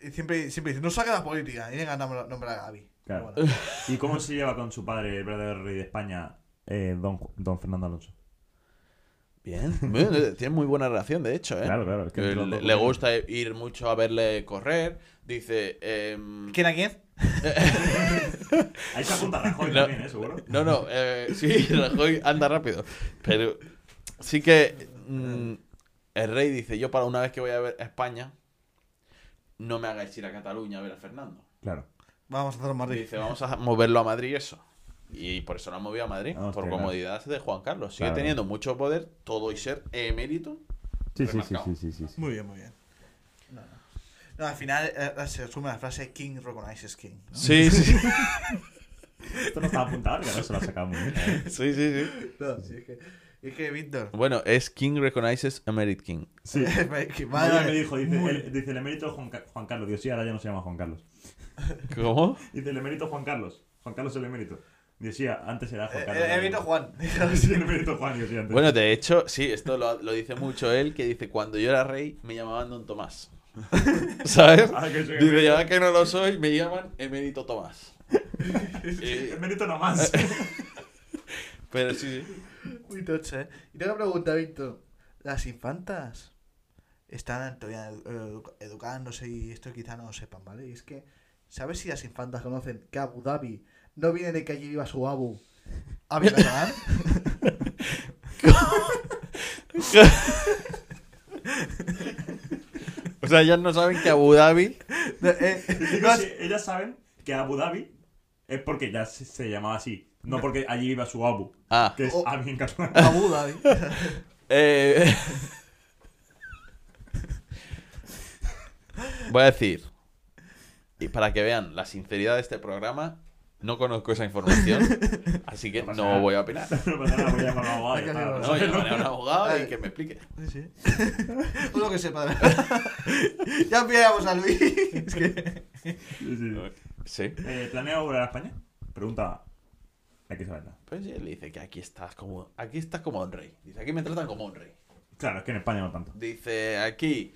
S3: y siempre, siempre dice, no saca la política. Y venga, nombra, nombra a Gaby.
S2: Claro.
S3: Pero bueno.
S2: ¿Y cómo se lleva con su padre, el verdadero rey de España, eh, don, Ju- don Fernando Alonso?
S5: Bien. Bueno, Tiene muy buena relación, de hecho, ¿eh?
S2: Claro, claro, es que
S5: Que
S2: entre los
S5: le,
S2: dos-
S5: le gusta ir mucho a verle correr. Dice. em,
S3: ¿Quién a quién?
S2: Ahí se apunta
S5: [laughs]
S2: Rajoy
S5: No.
S2: también, ¿eh? Seguro.
S5: No, no, eh, [laughs] sí, Rajoy anda rápido. Pero sí que mm, el rey dice, yo para una vez que voy a ver a España, no me hagáis ir a Cataluña a ver a Fernando.
S2: Claro.
S3: Vamos a hacer un
S5: Y
S3: Madrid.
S5: dice, vamos a moverlo a Madrid y eso. Y por eso lo han movido a Madrid,
S2: Hostia,
S5: por
S2: claro.
S5: comodidad de Juan Carlos. Sigue
S2: Claro.
S5: teniendo mucho poder, todo y ser emérito.
S2: Sí,
S5: sí, sí, sí,
S2: sí,
S3: Muy bien, muy bien. No, no. No, al final eh, se resume la frase King recognizes King. ¿no?
S5: [laughs] Sí, sí, sí,
S2: Esto no estaba apuntado, que ahora se lo ha sacado muy bien.
S5: sí, sí.
S6: No, sí, es que-
S3: Es que
S5: [laughs]
S3: Víctor. [laughs]
S5: Bueno, es King recognizes Emerit King.
S2: [laughs] Sí.
S3: que
S2: Madre
S3: madre-
S2: me dijo, dice,
S3: muy-
S2: el, dice el emérito Juan, Ca- Juan Carlos. Digo, sí, ahora ya no se llama Juan Carlos.
S5: ¿Cómo?
S2: Dice el emérito Juan Carlos. Juan Carlos el emérito. Diosía, antes era Juan
S3: Eh,
S2: Carlos.
S3: eh, Benito Juan.
S2: [laughs]
S3: [laughs]
S2: Sí, el Benito Juan, Diosía, antes.
S5: Bueno, de hecho, sí, esto lo, lo dice mucho él, que dice, cuando yo era rey me llamaban Don Tomás. [laughs] ¿Sabes?
S2: Ah, que soy
S5: Dice,
S2: Benito.
S5: ya que no lo soy, me llaman Emérito Tomás. Eh,
S2: El Benito nomás.
S5: pero sí, sí.
S3: Muy tocha, ¿eh?
S6: Y tengo una pregunta, Víctor.
S3: Las infantas están todavía edu- educándose y esto quizá no lo sepan, ¿vale? Y es que,
S6: ¿Sabes si las infantas conocen que Abu Dhabi no viene de que allí viva su
S5: [laughs]
S6: abu? ¿Abu Dhabi?
S5: [laughs] O sea, ya no saben que Abu Dhabi...
S6: eh,
S2: Digo, si ellas saben que Abu Dhabi es porque ya se, se llamaba así. No porque allí viva su Abu,
S5: Ah,
S2: que es Abi [laughs] en catalán.
S6: Abu
S5: [laughs]
S6: Dhabi.
S5: eh, [laughs] Voy a decir, y para que vean la sinceridad de este programa, no conozco
S2: [laughs]
S5: esa información, así que
S2: No pasa
S5: no
S2: nada.
S5: voy a opinar.
S2: No pasa nada, voy a llamar a un abogado y ya está,
S5: No,
S2: ¿no?
S5: yo llamaré a un abogado y que me explique.
S3: sí, sí. [laughs] Todo lo que sepa, de verdad. [laughs] ya enviamos a Luis. Es que-
S2: Sí, sí.
S5: Sí.
S2: Eh, ¿Planea volver a España? Pregunta. Hay que saberla.
S5: Pues sí, le dice que aquí estás como aquí estás como un rey. Dice, aquí me tratan como un rey.
S2: Claro, es que en España no tanto.
S5: Dice, aquí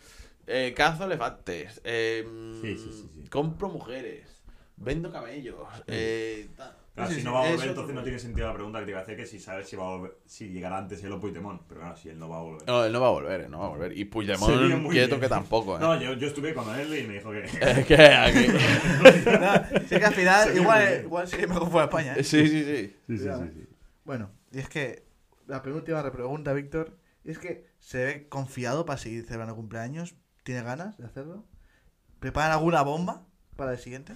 S5: eh, cazo elefantes, em,
S2: Sí, sí, sí, sí.
S5: compro mujeres, vendo camellos. eh, tal.
S2: Claro,
S5: Sí,
S2: si
S5: sí,
S2: no va a volver,
S5: eso-
S2: entonces no tiene sentido la pregunta que te iba a hacer, que si sabes si va a volver, si llegará antes él o Puigdemont. Pero claro, si él no va a volver.
S5: No, él no va a volver, eh, no va a volver. Y
S2: Sería
S5: Puigdemont
S2: muy
S5: quieto
S2: bien.
S5: que tampoco, eh. [laughs]
S2: No, yo, yo estuve con él y me dijo que...
S5: Es que aquí-
S3: Sí que al final,
S2: Sería muy
S3: igual,
S2: bien.
S3: igual sería mejor fuera a España. ¿eh?
S5: Sí, sí,
S2: [laughs]
S5: sí.
S2: Sí, sí,
S6: Cuidado.
S2: sí, sí.
S6: Bueno,
S3: Y es que
S6: la penúltima pregunta, Víctor.
S3: es que se ve confiado para seguir celebrando cumpleaños. ¿Tiene ganas de hacerlo? ¿Preparan alguna bomba para el siguiente?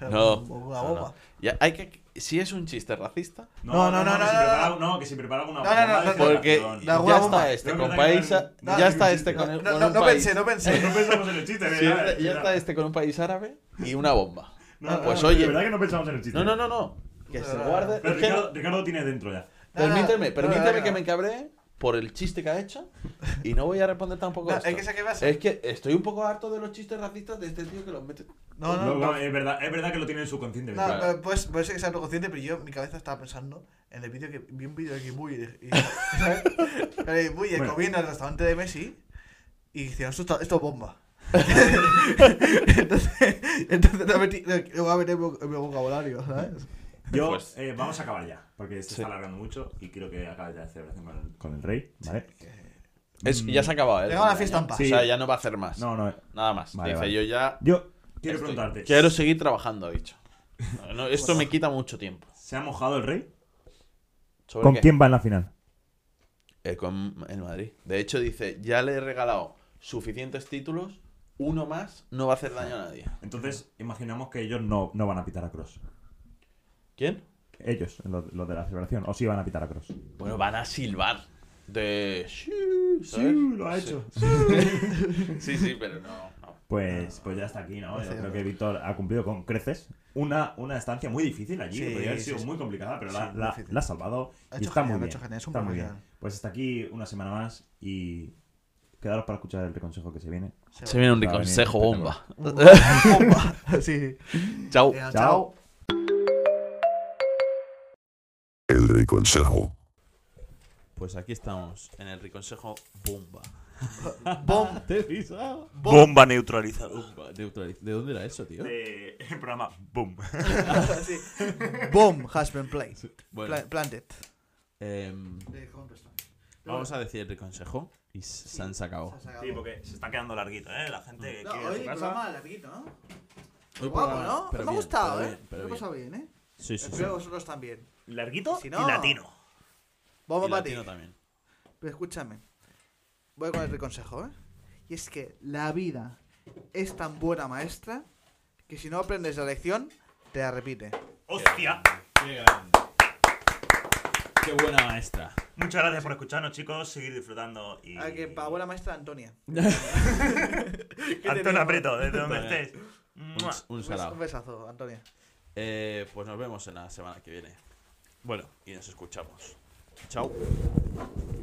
S5: No,
S3: ¿Alguna
S5: no,
S3: bomba?
S5: no. Ya, hay que si es un chiste racista,
S2: No, no, no, no,
S3: no,
S2: que si
S3: no,
S2: prepara- no, que si prepara alguna
S3: No, no, no,
S2: bomba,
S3: no,
S2: dice,
S5: porque
S2: perdón.
S3: de
S5: ya
S3: alguna
S5: está
S3: bomba.
S2: [laughs]
S5: este
S2: No,
S5: con
S2: no, no,
S5: país,
S2: no,
S5: ya
S2: no,
S5: está
S2: no,
S5: este
S2: no,
S5: con
S3: No,
S5: el-
S3: no,
S5: con
S3: no,
S5: un
S3: no
S5: país-
S3: pensé, no pensé.
S5: [laughs]
S2: No pensamos en el chiste,
S5: Sí,
S2: mira,
S5: ya está este con un país árabe y una bomba.
S2: No, no,
S5: Pues
S2: no,
S5: oye.
S2: De verdad que no pensamos en el chiste.
S5: No, no, no, no. Que se guarde.
S2: Pero
S5: es que-
S2: Ricardo, Ricardo tiene dentro ya.
S3: No, no,
S5: permíteme,
S3: no,
S5: permíteme
S3: no, no.
S5: que me encabree por el chiste que ha hecho y no voy a responder tampoco
S3: No,
S5: a esto.
S3: es que sé qué pasa.
S5: Es que estoy un poco harto de los chistes racistas de este tío que los mete.
S3: No, no,
S2: No,
S3: no.
S2: no, es, verdad, es verdad que lo tiene en su consciente.
S3: No,
S5: Claro.
S3: pero pues, puede ser que sea algo consciente, pero yo en mi cabeza estaba pensando en el vídeo que vi un vídeo de Kimbuy y, [laughs] y, ¿sabes? Pero Kimbuy
S2: Bueno.
S3: comiendo en el restaurante de Messi y dijeron, esto, está- esto
S1: [laughs]
S3: es bomba. entonces, entonces lo, metí, lo, lo voy a meter en mi- en mi vocabulario, ¿sabes?
S2: Yo,
S5: Pues-
S2: eh, vamos a acabar ya, porque se
S5: Sí.
S2: está alargando mucho y quiero que acabe ya la celebración con el, con el rey, ¿vale?
S5: Es, ya se ha acabado. ¿eh?
S3: Llega la fiesta en paz.
S5: O sea, ya no va a hacer más.
S2: Mm. No, no,
S5: Nada más.
S2: Vale,
S5: Dice,
S2: vale.
S5: yo ya.
S2: yo quiero
S5: estoy-
S2: preguntarte.
S5: Quiero seguir trabajando, ha dicho. No, no, esto me quita mucho tiempo.
S2: ¿Se ha mojado el rey?
S5: ¿Sobre
S2: ¿Con
S5: qué?
S2: quién va en la final?
S5: Eh, con el Madrid. De hecho, dice, ya le he regalado suficientes títulos, uno más no va a hacer daño a nadie.
S2: Entonces, imaginamos que ellos no, no van a pitar a Cross.
S5: ¿Quién?
S2: Ellos, los, los de la celebración, o sí van a pitar a Cross.
S5: Bueno, van a silbar. De... ¿sabes?
S2: lo ha hecho.
S5: Sí, [laughs] sí, pero no. no.
S2: Pues, pues ya está aquí, ¿no? Yo creo que Víctor ha cumplido con creces una, una estancia muy difícil allí,
S3: Sí,
S2: que podría haber
S3: sí,
S2: sido
S3: sí.
S2: muy complicada, pero
S3: Sí,
S2: la,
S3: muy
S2: la-
S3: difícil.
S2: la ha salvado.
S3: Ha
S2: y
S3: hecho
S2: está
S3: genial,
S2: muy
S3: ha
S2: bien.
S3: hecho genial, es un
S2: está muy bien.
S3: profesional.
S2: Pues hasta aquí una semana más y quedaros para escuchar el reconsejo que se viene.
S5: Se viene un
S2: Va a venir
S5: consejo [laughs] bomba.
S3: bomba. [laughs] Sí.
S5: Chao.
S3: Venga,
S2: Chao.
S4: El reconsejo.
S1: Pues aquí estamos, en el Riconsejo Bomba.
S3: Bom.
S1: [laughs] ¿Te he pisado?
S8: Bomba neutralizada.
S1: Bomba, neutraliz- ¿De dónde era eso, tío?
S2: [laughs]
S8: Eh, el programa Boom.
S3: Sí. Bom has been played.
S1: Bueno,
S3: Pla- planted.
S1: em, vamos a decir el Riconsejo y s- se han sacado.
S8: Sí, porque se está quedando larguito, ¿eh? La gente
S3: No,
S8: quiere
S3: hoy
S8: su
S3: el
S8: casa.
S3: programa larguito, ¿no?
S1: Hoy
S3: Guapo,
S1: programa-
S3: ¿no?
S1: pero
S3: Me ha
S1: bien,
S3: gustado,
S1: pero
S3: ¿eh?
S1: bien,
S3: Me
S1: pero
S3: lo he
S1: bien.
S3: pasado bien, ¿eh?
S1: Sí, sí, sí.
S3: Espero que vosotros también.
S8: Larguito
S3: Si
S8: y
S3: no-
S8: latino.
S1: Y
S3: Vamos para ti.
S1: latino también.
S3: Pero escúchame. Voy con el reconsejo, ¿eh? Y es que la vida es tan buena maestra que si no aprendes la lección, te la repite.
S8: ¡Hostia!
S3: Eh.
S1: Qué grande. Qué buena maestra.
S8: Muchas gracias por escucharnos, chicos. Seguir disfrutando y.
S3: A Ah, que para buena maestra Antonia.
S8: Antonio Aprieto, desde
S3: [laughs]
S8: donde
S1: Vale.
S8: estés.
S1: Un,
S8: Mua.
S1: s- un
S3: Un bes- un
S1: salado.
S3: besazo, Antonia.
S1: Eh, pues nos vemos en la semana que viene. Bueno, y nos escuchamos. Chao.